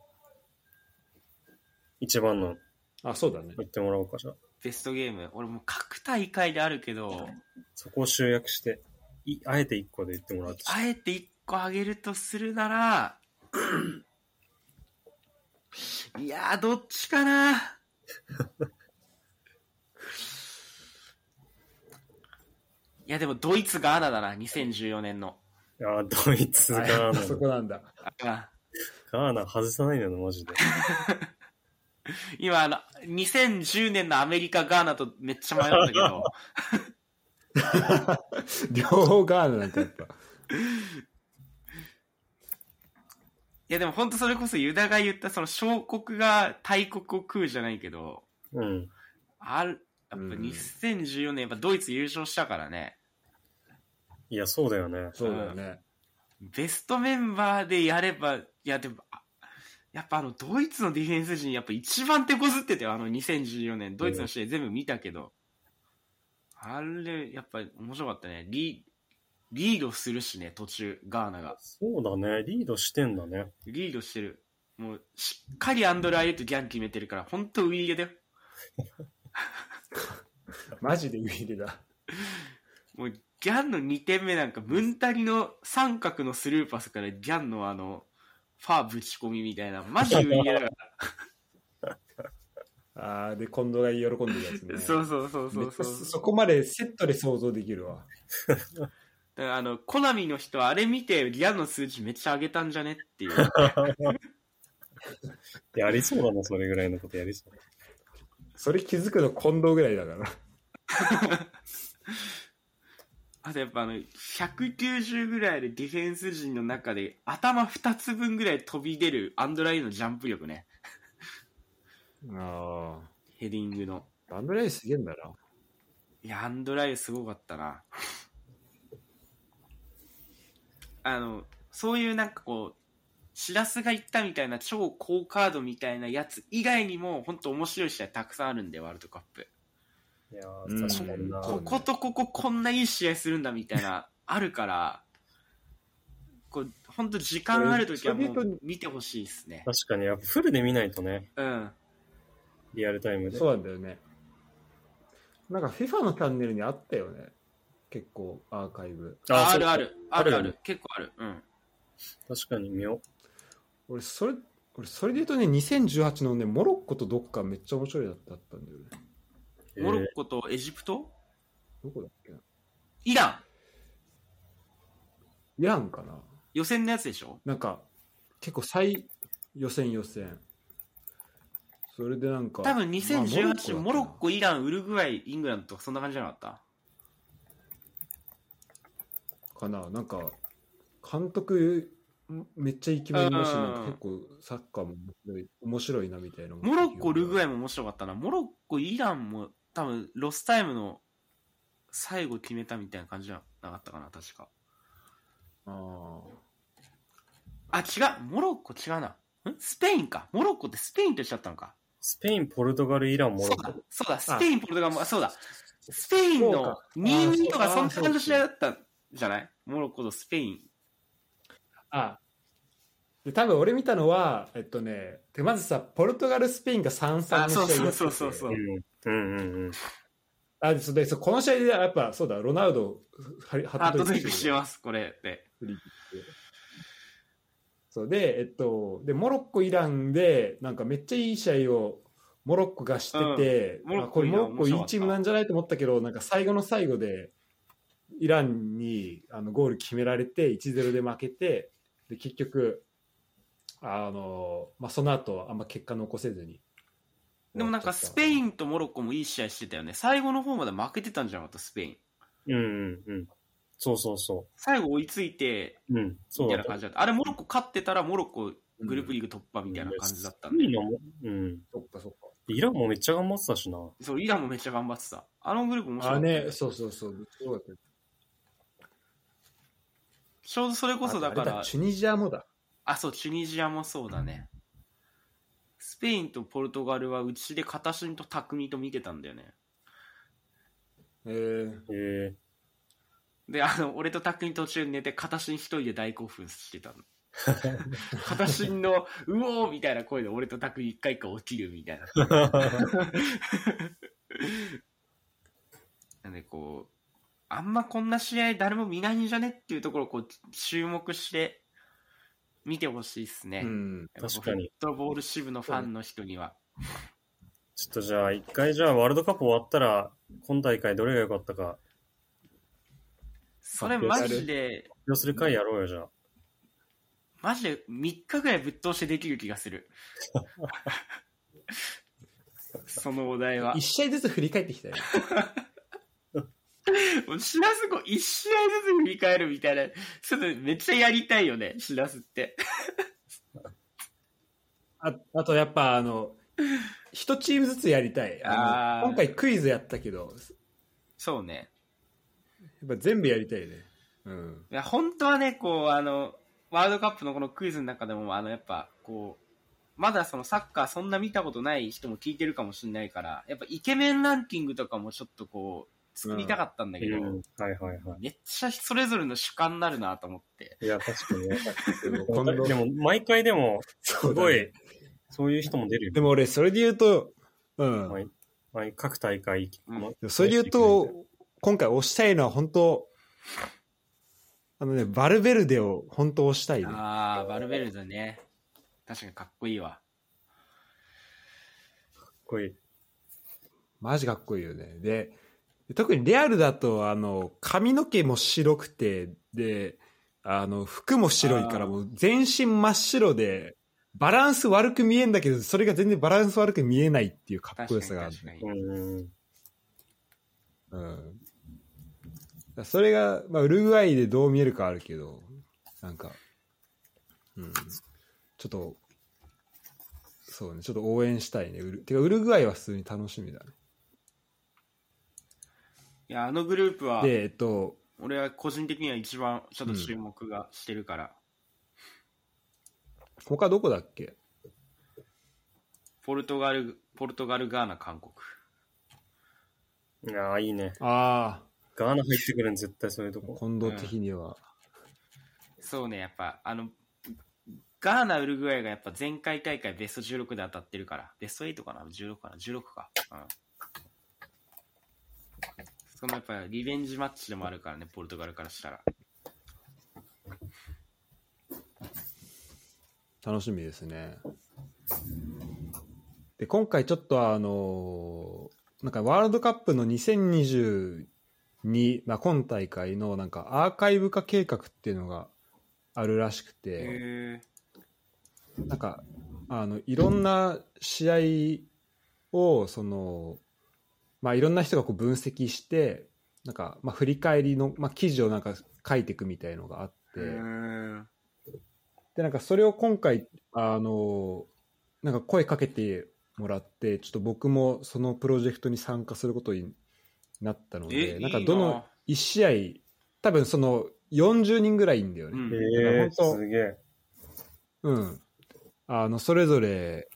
C: 一番の
B: あそうだね
C: 言ってもらおうか、じゃあ。
A: ベストゲーム。俺もう各大会であるけど、
C: そこを集約して、いあえて一個で言ってもらうとし
A: あえて一個あげるとするな ら、いやー、どっちか な。いや、でもドイツガーナだな、2014年の。
C: て。あー、ドイツ、ガー
B: あ
C: ナ
B: そ。こなんだ
A: あ
C: ガーナ外さないんだよな、マジ で。
A: 今あの、2010年のアメリカ、ガーナとめっちゃ迷ったけど、
B: 両方ガーナなんかやっぱ
A: いやでも本当それこそユダが言ったその小国が大国を食うじゃないけど、
C: うん。
A: ある、やっぱ
B: うん
A: 2014年やっぱドイツ優勝したからね、
C: いや、そうだよね。
B: そうだよね、
A: ベストメンバーでやれば、いやでも、あやっぱあのドイツのディフェンス陣やっぱ一番手こずってたよ、あの2014年。ドイツの試合全部見たけど。あれ、やっぱ面白かったね。リ、リードするしね、途中、ガーナが。
C: そうだね。リードしてんだね。
A: リードしてる。もう、しっかりアンドレ・アイエット・ギャン決めてるから、ほんとウイイレだよ。
B: マジでウィールだ
A: もう、ギャンの2点目なんか、ムンタリの三角のスルーパスからギャンのあの、ファーぶち込みみたいな、マジウイイレだか
B: ああで近藤が喜んでるやつね
A: ら。 そうそうそうそ
B: めっ
A: う
B: ちゃ
A: そう。
B: そそこまでセットで想像できるわ
A: だからあの、コナミの人、あれ見て、ギャンの数値めっちゃ上げたんじゃねって いう。
C: やりそうだな、それぐらいのことやりそう。
B: それ気づくの近藤ぐらいだから
A: あとやっぱあの、190ぐらいでディフェンス陣の中で、頭2つ分ぐらい飛び出るアンドレ・アイエットのジャンプ力ね。
B: あ
A: ヘディングの。
B: あバンドライすげえんだない
A: や、アンドライすごかったな。あの、そういうなんかこう、シラスが言ったみたいな超高カードみたいなやつ以外にも、本当面白い試合たくさんあるんで、ワールドカップ。
C: いや
B: うん
C: ー、確かにな。
B: そう
A: こ
B: ね
A: ことこここんないい試合するんだみたいな、あるから、こう、本当時間あるときはも
B: それ
A: う
B: と
A: 見てほしいですね。
C: 確かに、やっぱフルで見ないとね。
A: うん。
C: リアルタイムで。
B: そうなんだよねなんか FIFA のチャンネルにあったよね結構アーカイブ
A: あ
C: そ
A: あ
C: う
A: るある。あるあ
C: あるよ
A: る。結構ある。うん。
D: 確かに見よ
B: 俺それ俺それで言うとね2018のねモロッコとどっかめっちゃ面白いだったんだよね
D: う。
A: モロッ
D: えー
A: コとエジプト
B: どこだっけな
A: イラン
B: イランかな
A: 予選のやつでしょ
B: なんか結構最予選予選それでなんか
A: 多分2018年、
B: まあ
A: モロッ
B: だっ
A: コ、イラン、ウルグアイ、イングランドとかそんな感じじゃなかった
B: たなかななんか監督めっちゃイケメンだし
A: うん
B: なんか結構サッカーも面白い面白いなみたいな
A: モロッコ、ウルグア
B: イ
A: イも面白かったな。モロッコ、イランも多分ロスタイムの最後決めたみたいな感じじゃなかったかな、確か。
B: あ
A: あ、違う。モロッコ違うな。んスペインか。モロッコってスペインと一緒だったのか。
D: スペイン、ポルトガル、イラン、モ
A: そ
D: ロ
A: う
D: ッ
A: だ
D: コ。、
A: そうだ、スペイン、ポルトガルも、あそうだ。スペイン
B: そう
A: の
B: か
A: 2-2とか
B: あ
A: そん
B: ー
A: な
B: そう
A: 感じの試合だったんじゃないモロッコとスペイン。
B: あああで多分俺見たのはえっとねてまずさポルトガルスペインが3-3
A: あ、
B: の
A: そう
B: 試
A: そ
B: 合や
A: う
B: って
A: そう
B: て
A: そうそう。
D: うんうんうんうん。
B: あでそうでそうこの試合でやっぱそうだロナウドハリハ
A: ハートトリック
B: し
A: して
B: る
A: ます、これで。
B: そうでえっとでモロッコイランでなんかめっちゃいい試合をモロッコがしてて、
A: うんモロ
B: あ
A: ッコ
B: これ
A: イ
B: モ
A: ラン
B: ロッコいいチームなんじゃないと思ったけどなんか最後の最後でイランにあのゴール決められて1-0で負けてで結局あの、まあ、その後あんま結果残せずに
A: でもなんかスペイ
B: ン
A: ンとモロッコもいい試合してたよね。最後の方まで負けてたんじゃなかった、スペイン。
D: うんうんうん。そうそうそ
A: 最後追いついて、
D: う。うん。そ
A: み
D: う
A: た
D: だっ
A: いな
D: た。
A: 感じだった。あれ、モロッコ勝ってたら、モロッコグループリーグ突破みたいな感じだったん
D: スペ
A: で
D: イ。ンもうん。
B: そっかそっか
D: イランもめっちゃ頑張ってたしな。
A: そう、イランもめっちゃ頑張ってた。あのグループ面白
B: あ
A: い、
B: ね、そうそうそう。そうだった
A: ちょうどそれこそだか
B: あれ
A: ら、
B: チュニジアもだ。
A: あ、そう、チュニジアもそうだね。スペインとポルトガルはうちで片隅と匠と見てたんだよね。
B: えー、
D: え
A: で、あの、俺と匠途中で寝て、片隅一人で大興奮し てたの。片隅の、うおーみたいな声で俺と匠一回一回起きるみたいな。
D: ー。
A: なんでこう、あんまこんな試合誰も見ないんじゃねっていうところをこう注目して見てほしいですね。
B: うん。
A: やっぱ
D: 確かに
A: フットボール支部のファンの人には。
D: ちょっとじゃあ、一回じゃあワールドカップ終わったら、今大会どれが良かったか、
A: それマジで、
D: 発表する回やろうよ、じゃあ。
A: マジで3日ぐらいぶっ通してできる気がする。 そのお題は
B: 一。試合ずつ振り返ってきたよ。
A: もうしらすこ1試合ずつ振り返るみたいな、ちょっとめっちゃやりたいよね、しらすって。
B: ああとやっぱあの、一チームずつやりたい。あ
A: あー
B: の今回クイズやったけど、
A: そうね。
B: やっぱ全部やりたいね。うん。
A: いや本当はね、こう、あの、ワールドカップのこのクイズの中でも、あの、やっぱ、こう、まだそのサッカーそんな見たことない人も聞いてるかもしれないから、やっぱイケメンランキングとかもちょっとこう、作りたかったんだけど、
D: うんはいはいは
A: めっちゃそれぞれの主観になるなと思って。
D: い。いや、確かに ね。
B: 今度
D: でも、毎回でも、
B: す
D: すごい、そういう人も出るよ
B: で。も俺、それで言うと、うん。
D: はい毎各大会、
A: うん
D: ま
B: それで言うと、今回押したいのは本当、あのね、バルベルデを本当押したいね。
A: ああ、バルベルズね。確かにかっこいいわ。
D: こういう、
B: マジかっこいいよね。で、特にレアルだと、あの、髪の毛も白くて、で、あの、服も白いから、
A: あー
B: もう全身真っ白で、バランス悪く見えんだけど、それが全然バランス悪く見えないっていうかっ
A: 確
B: こよ
A: か
B: さ
A: に
B: がある
A: 確か
B: ね。
A: に
D: う。ん。
B: うん。だからそれが、まあ、ウルグアイでどう見えるかはあるけど、なんか、うん。ちょっと、そうね、ちょっと応援したいね。ウルてか、ウルグアイは普通に楽しみだね。
A: いや、あのグループは、
B: で、えっと、
A: 俺は個人的には一番ちょっと注目がしてるから、
B: 他どこだっけ
A: ポルトガル、ポルトガル、ガーナ、韓国。
D: いやー、いいね。
B: ああ。
D: ガーナ入ってくるん、絶対そういうとこ。
B: 近藤的には、
A: そうね、やっぱ、あの、ガーナ、ウルグアイがやっぱ前回大会ベスト16で当たってるから、ベスト8かな ?16 かな ?16 か。うん。そのやっぱリベンジマッチでもあるからね、ポルトガルからしたら。
B: 楽しみですね。で、今回ちょっとあのーなんかワールドカップの2022、まあ、今大会のなんかアーカイブ化計画っていうのがあるらしくて、
A: へ
B: なんかあのいろんな試合をその、まあ、いろんな人がこう分析してなんか、まあ、振り返りの、まあ、記事をなんか書いていくみたいのがあって、
A: ー
B: でなんかそれを今回あのなんか声かけてもらってちょっと僕もそのプロジェクトに参加することになったので
A: え
B: なんかど
A: いい
B: の
A: な
B: 1試合多分その40人ぐらいいんだよね。
A: うん
D: え
B: だから本当
D: すげえ。
B: うん、あのそれぞれ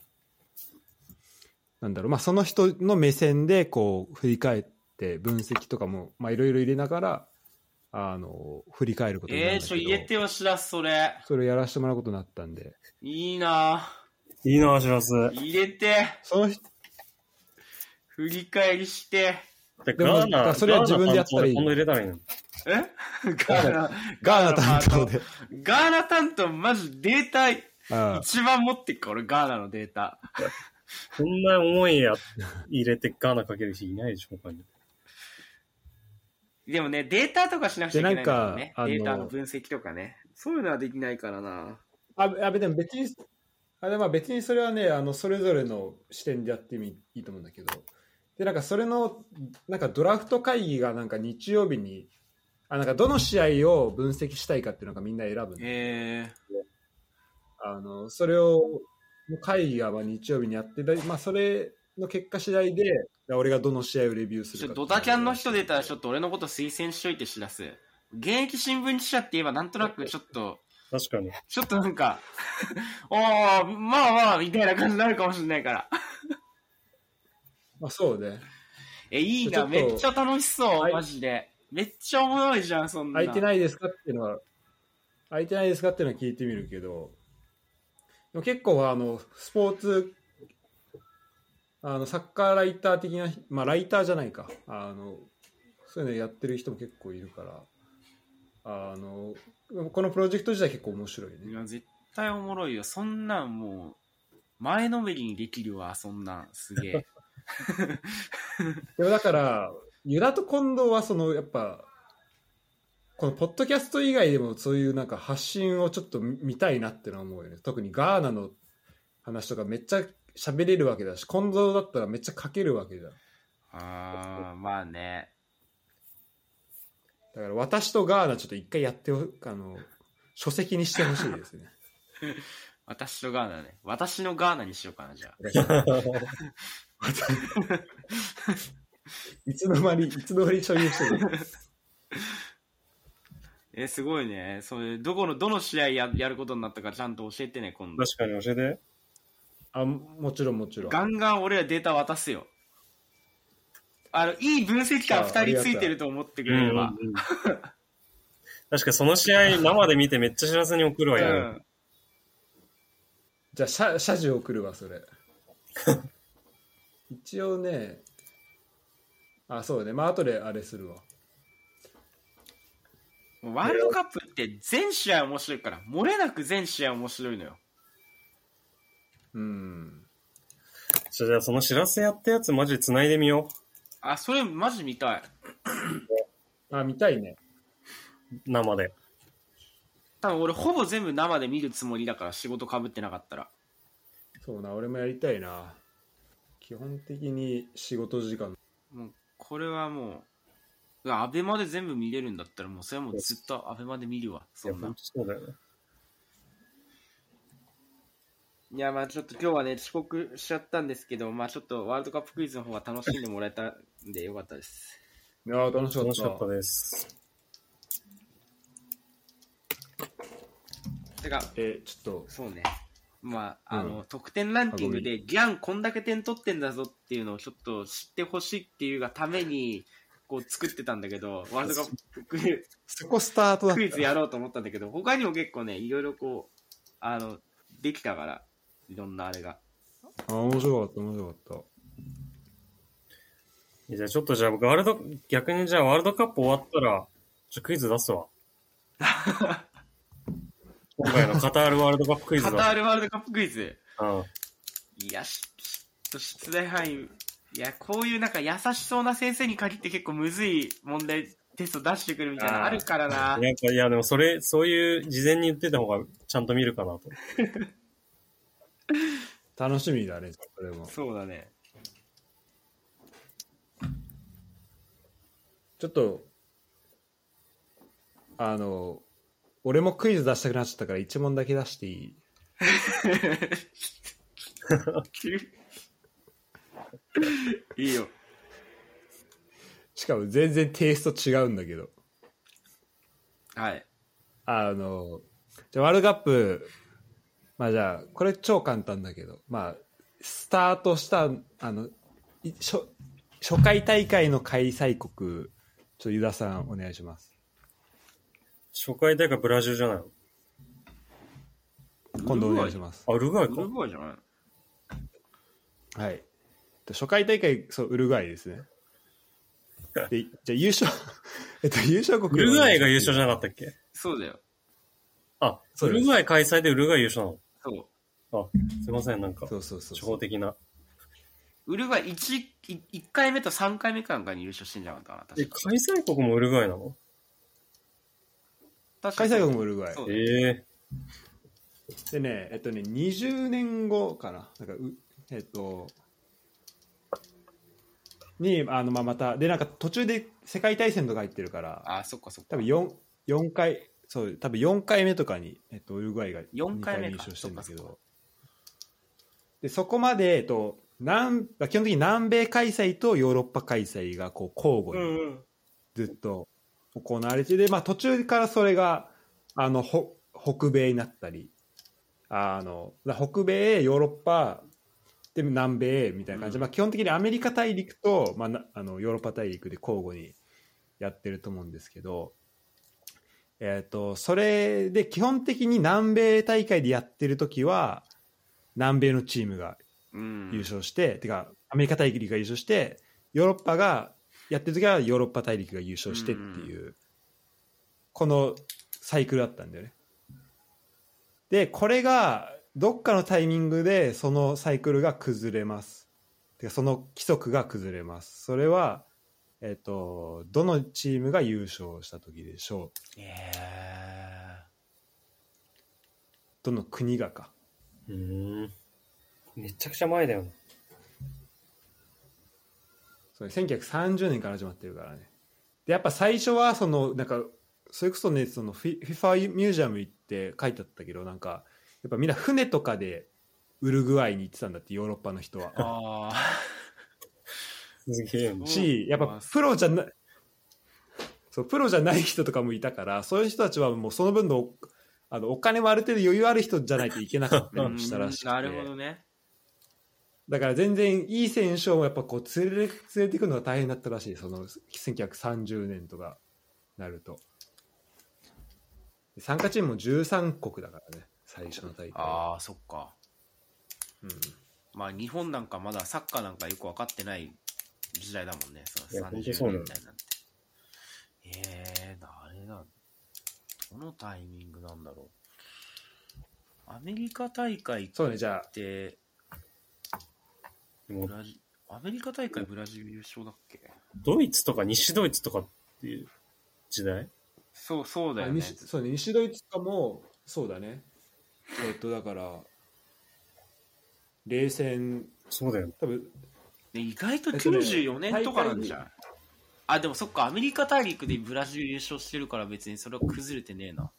B: なんだろう、まあ、その人の目線でこう振り返って分析とかもまあいろいろ入れながらあの振り返ることになる
A: え
B: ん
A: ー、
B: だ
A: ち
B: け
A: ょ、
B: ど
A: 言えてよ、しらす、それ。
B: それをやらせてもらうことになったんで
A: いいない
D: いな、しらす。
A: 入れて、
B: その人
A: 振り返りして、
D: で
B: でも
D: ガー
B: だか
D: ナ、
B: らそれは自分でやったらいい
D: ガーナ担当で今度入れたらいいの。
A: えガーナ、
B: ガーナ担当で。
A: ガーナ担当、マジデータ、
B: あ
A: 一番持ってっから、俺、ガーナのデータ。
D: こんな思いや入れてガーナかける人いないでしょ、他に。
A: でもね、データとかしなくちゃいけないんだもんね
B: でなん。かあの
A: データの分析とかね。そういうのはできないからな。
B: ああでも別にあでも別にそれはねあのそれぞれの視点でやってみいいと思うんだけどでなんかそれのなんかドラフト会議がなんか日曜日にあなんかどの試合を分析したいかっていうのがみんな選ぶんで
A: え
B: あのそれを会議がまあ日曜日にやってでまあ、それの結果次第で俺がどの試合をレビューす
A: ー、
B: る
A: ちょ、
B: かってい
A: ド
B: うの
A: タキャンの人出たら、
B: ち
A: ちょ
B: ょっ
A: っと俺のこと推薦しといて知らす。現役新聞記者って言えば、なんとなくちょっと、
D: 確かに。
A: ちょっとなんか、 おー、まあまあ、みたいな感じになるかもしれないから。
B: とまあ、そうね
A: え、いい
B: ち
A: な、
B: ょっと
A: めっちゃ楽しそ
B: は
A: う、
B: い
A: マジで。めっちゃおもろいじゃん、そんな。
B: 空いてないですかっていうのは空いてないですかっていうのは聞いてみるけどでも結構あのスポーツあのサッカーライター的な、まあ、ライターじゃないかあのそういうのやってる人も結構いるからあのこのプロジェクト自体結構面白い
A: い
B: ね
A: や、絶対おもろいよ。そんなんもう、前のめりにできるわ、そんなん。すげ え。
B: でもだからユダと近藤はそのやっぱこのポッドキャスト以外でもそういうなんか発信をちょっと見たいなってのは思うよね特にガーナの話とかめっちゃ喋れるわけだし近藤だったらめっちゃ書けるわけじゃん
A: あー、まあね。
B: だから私とガーナちょっと一回やってほあの書籍にしてほしいですね
A: 私とガーナね。私のガーナにしようかな、じゃあ。
B: いつの間にいつの間に所有してる
A: えー、すごいね。それ、どこの、どの試合ややることになったかちゃんと教えてね、今度。
D: 確かに教えて。
B: あもちろんもちろん
A: ガンガン俺らデータ渡すよ。あの、いい分析官
B: ああり
A: 2
B: が
A: 人
B: と
A: つ
B: う
A: いてると思ってくれれば。
D: うんうんうん 確かにその試合生で見てめっちゃ知らせに送るわ
A: う
D: よ、
A: ん。
B: じゃあ謝謝辞送るわ それ一応ねあそうねまあ後であれするわ
A: もうワールドカップって全試合面白いから、漏れなく全試合面白いのよ。
B: うん
D: じゃあその知らせやったやつマジで繋いでみよ
A: あ、それマジ見たい。
B: あ見たいね
D: う。生で。
A: 多分俺ほぼ全部生で見るつもりだから仕事かぶってなかったら
B: そうな俺もやりたいな基本的に仕事時間
A: もうこれはもううわアベマで全部見れるんだったらもうそれはもうずっとアベマで見るわ
D: い
A: そ
D: や、
A: んな
D: 本当そうだよね。
A: いやまあちょっと今日はね遅刻しちゃったんですけどまあちょっとワールドカップクイズの方は楽しんでもらえたんでよかったです
B: いやー楽しかった
D: 楽しかったです。
A: てか
B: えちょっと
A: そうねまああの、
B: う
A: 得点ランキングでギャンこんだけ点取ってんだぞっていうのをちょっと知ってほしいっていうがためにこう作ってたんだけどワールドカップクイズ
B: そこスタートだった
A: クイズやろうと思ったんだけど、他にも結構ね、いろいろこう、あの、できたから、いろんなあれが。
B: あ面白かった面白かっ
D: じゃあちょっとじゃあ、ワールド、逆にじゃあワールドカップ終わったら、ちょっとクイズ出すわ。今回のカタールワールドカップクイズ
A: カタ
D: だ。
A: ールワールドカップクイズ。
D: うん。
A: いや、しし出題範囲、いや、こういうなんか優しそうな先生に限って結構むずい問題、テスト出してくるみたいなのあるからな。
D: なんか、いや、でもそれ、そういう事前に言ってた方がちゃんと見るかなと。
B: 楽しみだね、それも。
A: そうだね。
B: ちょっと、あの、俺もクイズ出したくなっちゃったから一問だけ出していい
A: 急いいよ。
B: しかも全然テイスト違うんだけど。
A: はい。
B: あの、じゃあワールドカップ、まあじゃあ、これ超簡単だけど、まあ、スタートした、あの、い初初回大会の開催国、ちょっとユダさんお願いします。
D: 初回大会ブラジルじゃないの
B: 今度お願いします。
D: あ、ウ ルグアイ
A: ウ
D: か。
A: ルグアイじゃない
B: はい。と初回大会、そう、ウルグアイですね。で、じゃあ優勝、えっと、優勝国
D: ウルグアイが優勝じゃなかったっけ
A: そうだよ。
D: あ、
B: そ
D: ウ
B: うです
D: ルグアイ開催でウルグアイ優勝なの
A: そう。
D: すいません、なんか、
B: そうそうそう
D: 初
B: そ
D: 歩
B: う。
D: 的な。
A: ウルグアイ1、い一回目と3回目かなんかに優勝してんじゃなかったか
D: え、
A: な、
D: 開催国もウルグアイなの
A: 確か
B: 開催国も
A: も
B: ウルグアイ
A: そ。う
D: ええ
B: でね、えっとね、20年後かな。なんかうえっと、に、あの、まあ、また、で、なんか途中で世界大戦とか入ってるから、
A: あ、そっかそっか。
B: 多分4、四回、そう、多分4回目とかに、えっと、ウルグアイが
A: 四
B: 2
A: 回
B: 回
A: 目
B: 目
A: か
B: 優勝してるんだけ
A: そっか
B: ど、で、そこまで、えっと、南まあ基本的に南米開催とヨーロッパ開催がこう交互に
D: うん。
B: ずっと行われてで、まあ、途中からそれがあのほ北米になったりあのだ北米ヨーロッパで南米みたいな感じで、
A: うん
B: まあ、基本的にアメリカ大陸と、まあ、なあのヨーロッパ大陸で交互にやってると思うんですけど、えー、とそれで基本的に南米大会でやってる時は南米のチームが
A: うん。
B: 優勝して、てかアメリカ大陸が優勝してヨーロッパがやってる時はヨーロッパ大陸が優勝してっていう、このサイクルだったんだよねでこれがどっかのタイミングでそのサイクルが崩れますてかその規則が崩れますそれはえっ、とどのチームが優勝した時でしょう
A: えー
B: どの国がか
D: うーん。めちゃくちゃ前だよな。
B: それ1930年から始まってるからねでやっぱ最初はそのなんかそれこそねそのフィ FIFA ミュージアム行って書いてあったけどなんかやっぱみんな船とかでウルグアイに行ってたんだってヨーロッパの人 は
A: あ
D: すげえな。
A: ー
B: しやっぱプロじゃなそうプロじゃない人とかもいたからそういう人たちはもうその分のおあのお金もある程度余裕ある人じゃないといけなかったりもしたらしくて
A: なるほどね。
B: だから全然いい選手をやっぱこう連れて連れていくのが大変だったらしいその1930年とかなると参加チームも13国だからね最初の大会
A: ああ、そっか。
B: うん、
A: まあ、日本なんかまだサッカーなんかよく分かってない時代だもんね。その
D: いや
A: 30
D: 本当そうなの
A: 年代なんて。えー、誰だどのタイミングなんだろう。アメリカ大会っ
B: そうねじゃあ
A: て、
D: でも
A: ブラジアメリカ大会ブラジル優勝だっけ
D: ドイツとか西ドイツとかっていう時代
A: そう、そうだ
B: あ
A: よね。
B: 西そうね西ドイツとかもそうだねえっとだから冷戦
D: そうだよね。
B: 多分
A: ね意外と
B: えっとね
A: 94年とかなんじゃん。
B: 大
A: あ、でもそっか、アメリカ大陸でブラジル優勝してるから別にそれは崩れてねえな。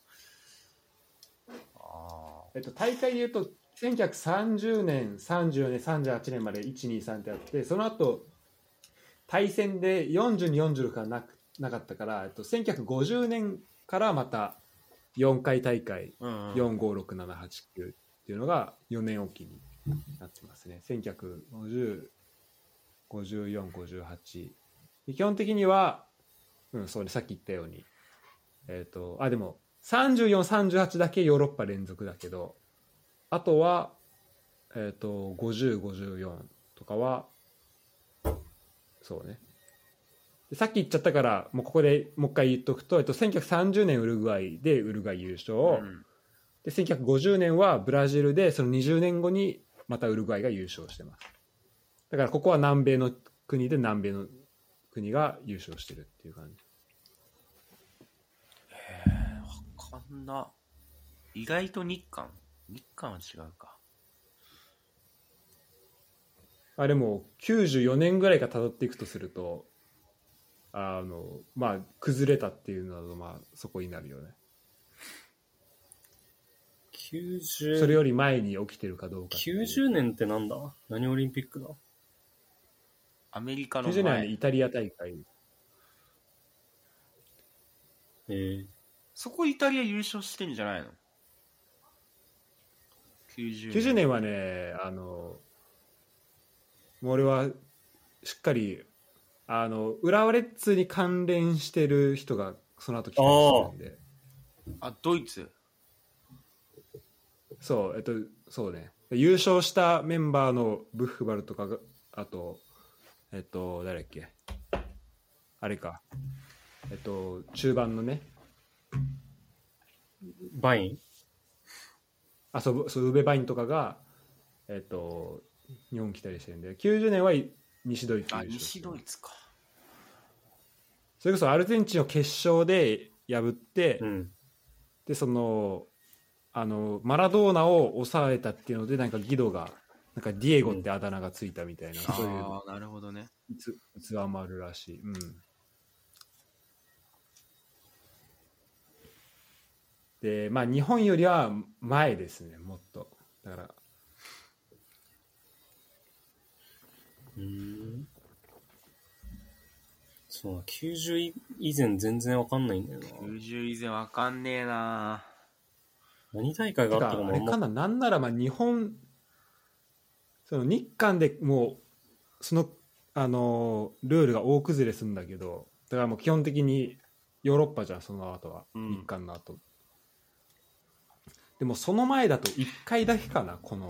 A: あ
B: えっと、大会でいうと1930年34年38年まで123ってあってその後対戦で4246がなくなかったから、えっと、1950年からまた4回大会
A: あ。うん、うん。
B: 456789っていうのが4年おきになってますね19505458基本的にはうんそうねさっき言ったようにえっ、とあでも3438だけヨーロッパ連続だけどあとはえっ、と5054とかはそうねでさっき言っちゃったからもうここでもう一回言っとくと、えっと、1930年ウルグアイでウルグアイ優勝、
A: うん
B: でで1950年はブラジルでその20年後にまたウルグアイが優勝してますだからここは南米の国で南米の国が優勝してるっていう感じ
A: わかんな。意外と日韓日韓は違うか。
B: あれも94年ぐらいから辿っていくとするとあのまあ崩れたっていうのはまあそこになるよね
D: 90
B: それより前に起きてるかどうかっていう
D: 90年ってなんだ何オリンピックだ
A: アメリカの
B: 90年はね
A: 前。
B: イタリア大会
D: えー、
A: そこイタリア優勝してんじゃないの ?90
B: 90年はねあのもう俺はしっかりあの浦和レッズに関連してる人がその後来たりしてるんで
A: あ、ドイツ。
B: そうえっとそうね優勝したメンバーのブッフバルとかがあとえっと誰だっけあれかえっと中盤のね
D: バイン
B: あそうそうウベバインとかがえっと日本来たりしてるんで90年はい西ドイツ優
A: あ、
B: 勝
A: 西ドイツか。
B: それこそアルゼンチンを決勝で破って、
D: うん。
B: でそのあのマラドーナを抑えたっていうのでなんかギドがなんかディエゴってあだ名がついたみたいな、そういう
A: ああ、なるほどね。
B: うつ器もあるらしい、うん、でまあ日本よりは前ですねもっとだから
D: うーん。そうだ、90以以前全然わかんないんだよな。
A: 90以前わかんねえな
D: 何大会が
B: て
D: あったか
B: かあ
D: も
B: れ
D: あん
B: か
D: ま
B: ななんならまあ日本その日韓でもうそのあのールールが大崩れするんだけどだからもう基本的にヨーロッパじゃんその後は、
A: うん
B: 日韓の後でもその前だと1回だけかなこの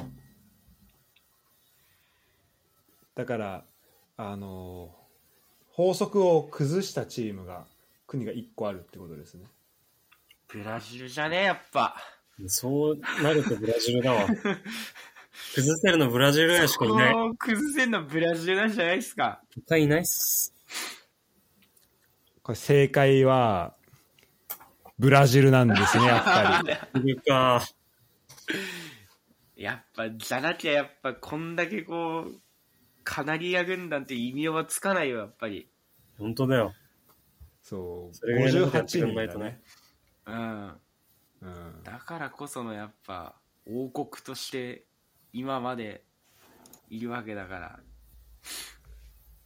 B: だからあのー法則を崩したチームが国が1個あるってことですね
A: ブラジルじゃねえ、やっぱ。
D: そうなるとブラジルだわ。崩せるのブラジルやしかいない。
A: こう崩せんのブラジルなんじゃないですか。
D: 他いないっす。
B: これ正解は、ブラジルなん ですね、やっぱり。
D: いるか。
A: やっぱ、じゃなきゃやっぱ、こんだけこう、カナリア軍団って異名はつかないよ、やっぱり。
D: 本当だよ。
B: そう、
D: それぐらいのことや
B: 58
D: ってくん
B: 人
D: ない
B: だ
D: とね
B: ね。
A: うん。
B: うん、
A: だからこそのやっぱ王国として今までいるわけだから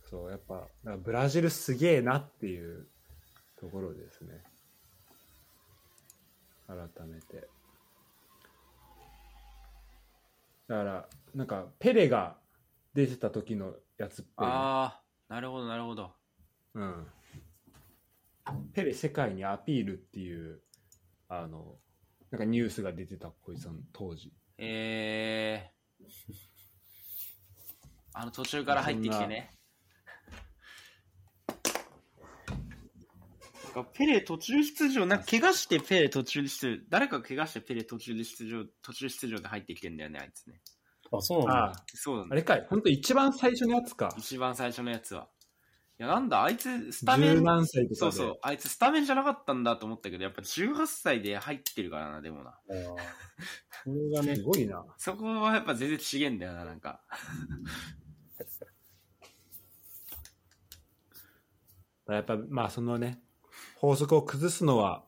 B: そう、やっぱ、だからブラジルすげえなっていうところですね。改めて。だから、なんか、ペレが出てた時のやつっぽいね、
A: ああなるほどなるほど
B: うん、ペレ世界にアピールっていう、あの、なんかニュースが出てた、こいつの当時。
A: えー、あの途中から入ってきてねなんかペレ途中出場なんか怪我してペレ途中出場誰かが怪我してペレ途中で出場途中出場で入ってきてんだよねあいつね
D: あ、そうなんだ。
A: そうなん
B: あ
A: だ
B: れかい、本当一番最初のやつか。
A: 一番最初のやつはいやなんだあいつスタメ
B: 十
A: ン
B: 何歳とかで。
A: そうそう、あいつスタメンじゃなかったんだと思ったけど、やっぱ18歳で入ってるからな、でもな。
D: あーこれがね
B: す、ごいな。
A: そこはやっぱ全然違えんだよな、なんか。
B: やっぱ、まあそのね、法則を崩すのは、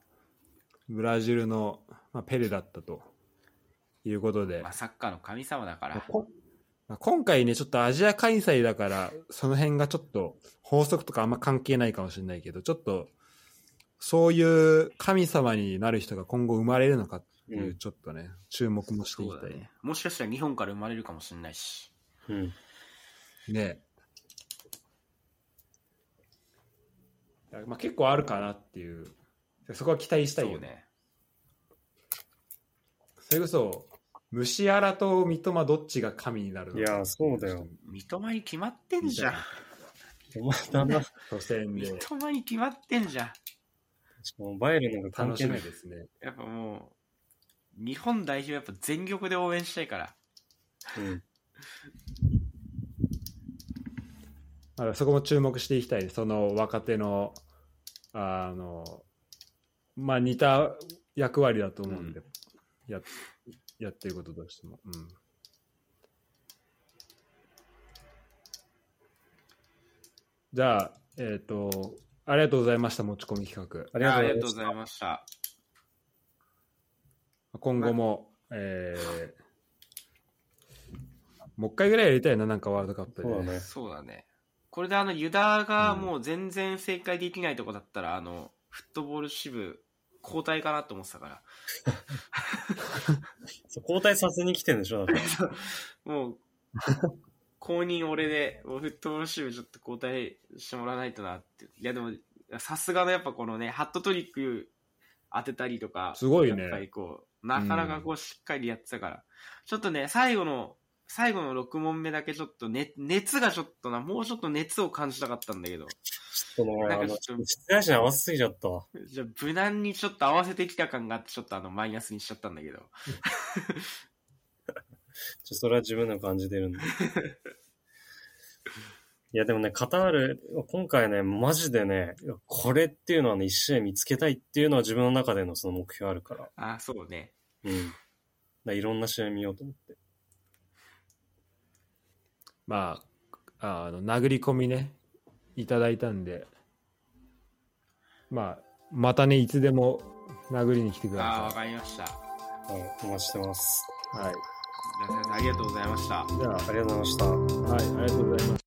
B: ブラジルの、まあ、ペレだったということで、
A: まあ、サッカーの神様だか
B: まあ
A: ら。
B: こまあ今回ね、ちょっとアジア開催だから、その辺がちょっと法則とかあんま関係ないかもしれないけど、ちょっと、そういう神様になる人が今後生まれるのかっていう、
D: うん
B: ちょっとね、注目もしていき
A: そう
B: た
A: だ
B: い。
A: ね。もしかしたら日本から生まれるかもしれないし。
D: うん。
B: ねえ。まあ、結構あるかなっていう。そこは期待したい
A: そう
B: よね。
A: ね。
B: それこそ、虫アラと三笘どっちが神になるのか。
D: いやーそうだよ。
A: 三笘に決まってんじゃん。
D: お前だな。しか
B: 初戦
A: 三
B: で
A: 笘に決まってんじゃん。
D: もバイエルンなんか関
B: 楽
D: 係
B: しみ
D: ない。
B: ですね。
A: やっぱも日本代表やっぱ全力で応援したいから。
C: うん。
B: あのそこも注目していきたいねその若手の、あの、まあ、似た役割だと思うんで、ややってることとしても。うんじゃあ、えっ、と、ありがとうございました、持ち込み企画。
C: あ
A: あ
C: りが
A: りが
C: とう
A: と
C: ご
A: うご
C: ざい
A: ざいました。
B: 今後も、えーもう一回ぐらいやりたいな、なんかワールドカップで。
C: そうだね
A: そうだね。これであの、ユダがもう全然正解できないとこだったら、あの、フットボール支部交代かなと思ってたから。
C: そう交代させに来てんでしょだって。
A: もう、公認俺で、もうフットボール支部ちょっと交代してもらわないとなって。いやでも、さすがのやっぱこのね、ハットトリック当てたりとか、
B: すごいね
A: やっぱりこう、なかなかこうしっかりやってたから。ちょっとね、最後の、最後の6問目だけちょっと、ね、熱がちょっとな、もうちょっと熱を感じたかったんだけど、
C: ちょっとね、
A: なん
C: あ
A: か
C: の、
A: ちょっと
C: 室外しに合わせすぎちゃったわ。
A: じゃあ無難にちょっと合わせてきた感があって、ちょっとあの、マイナスにしちゃったんだけど。
C: ちょそれは自分の感じてるんで。 いや、でもね、カタール、今回ね、マジでね、いやこれっていうのはね、一試合見つけたいっていうのは自分の中でのその目標あるから。
A: あ、そうね。
C: うん。だからいろんな試合見ようと思って。
B: まあ、あの、殴り込みね、いただいたんで、まあ、またね、いつでも殴りに来てく
A: あわ
B: だ
A: かりました。じ
C: はい、お待ちしてます。
B: さい。はい。
A: ゃあ先生ありがとうございました。
B: じゃあ、
C: ありがとうございました。
B: はい、ありがとうございます。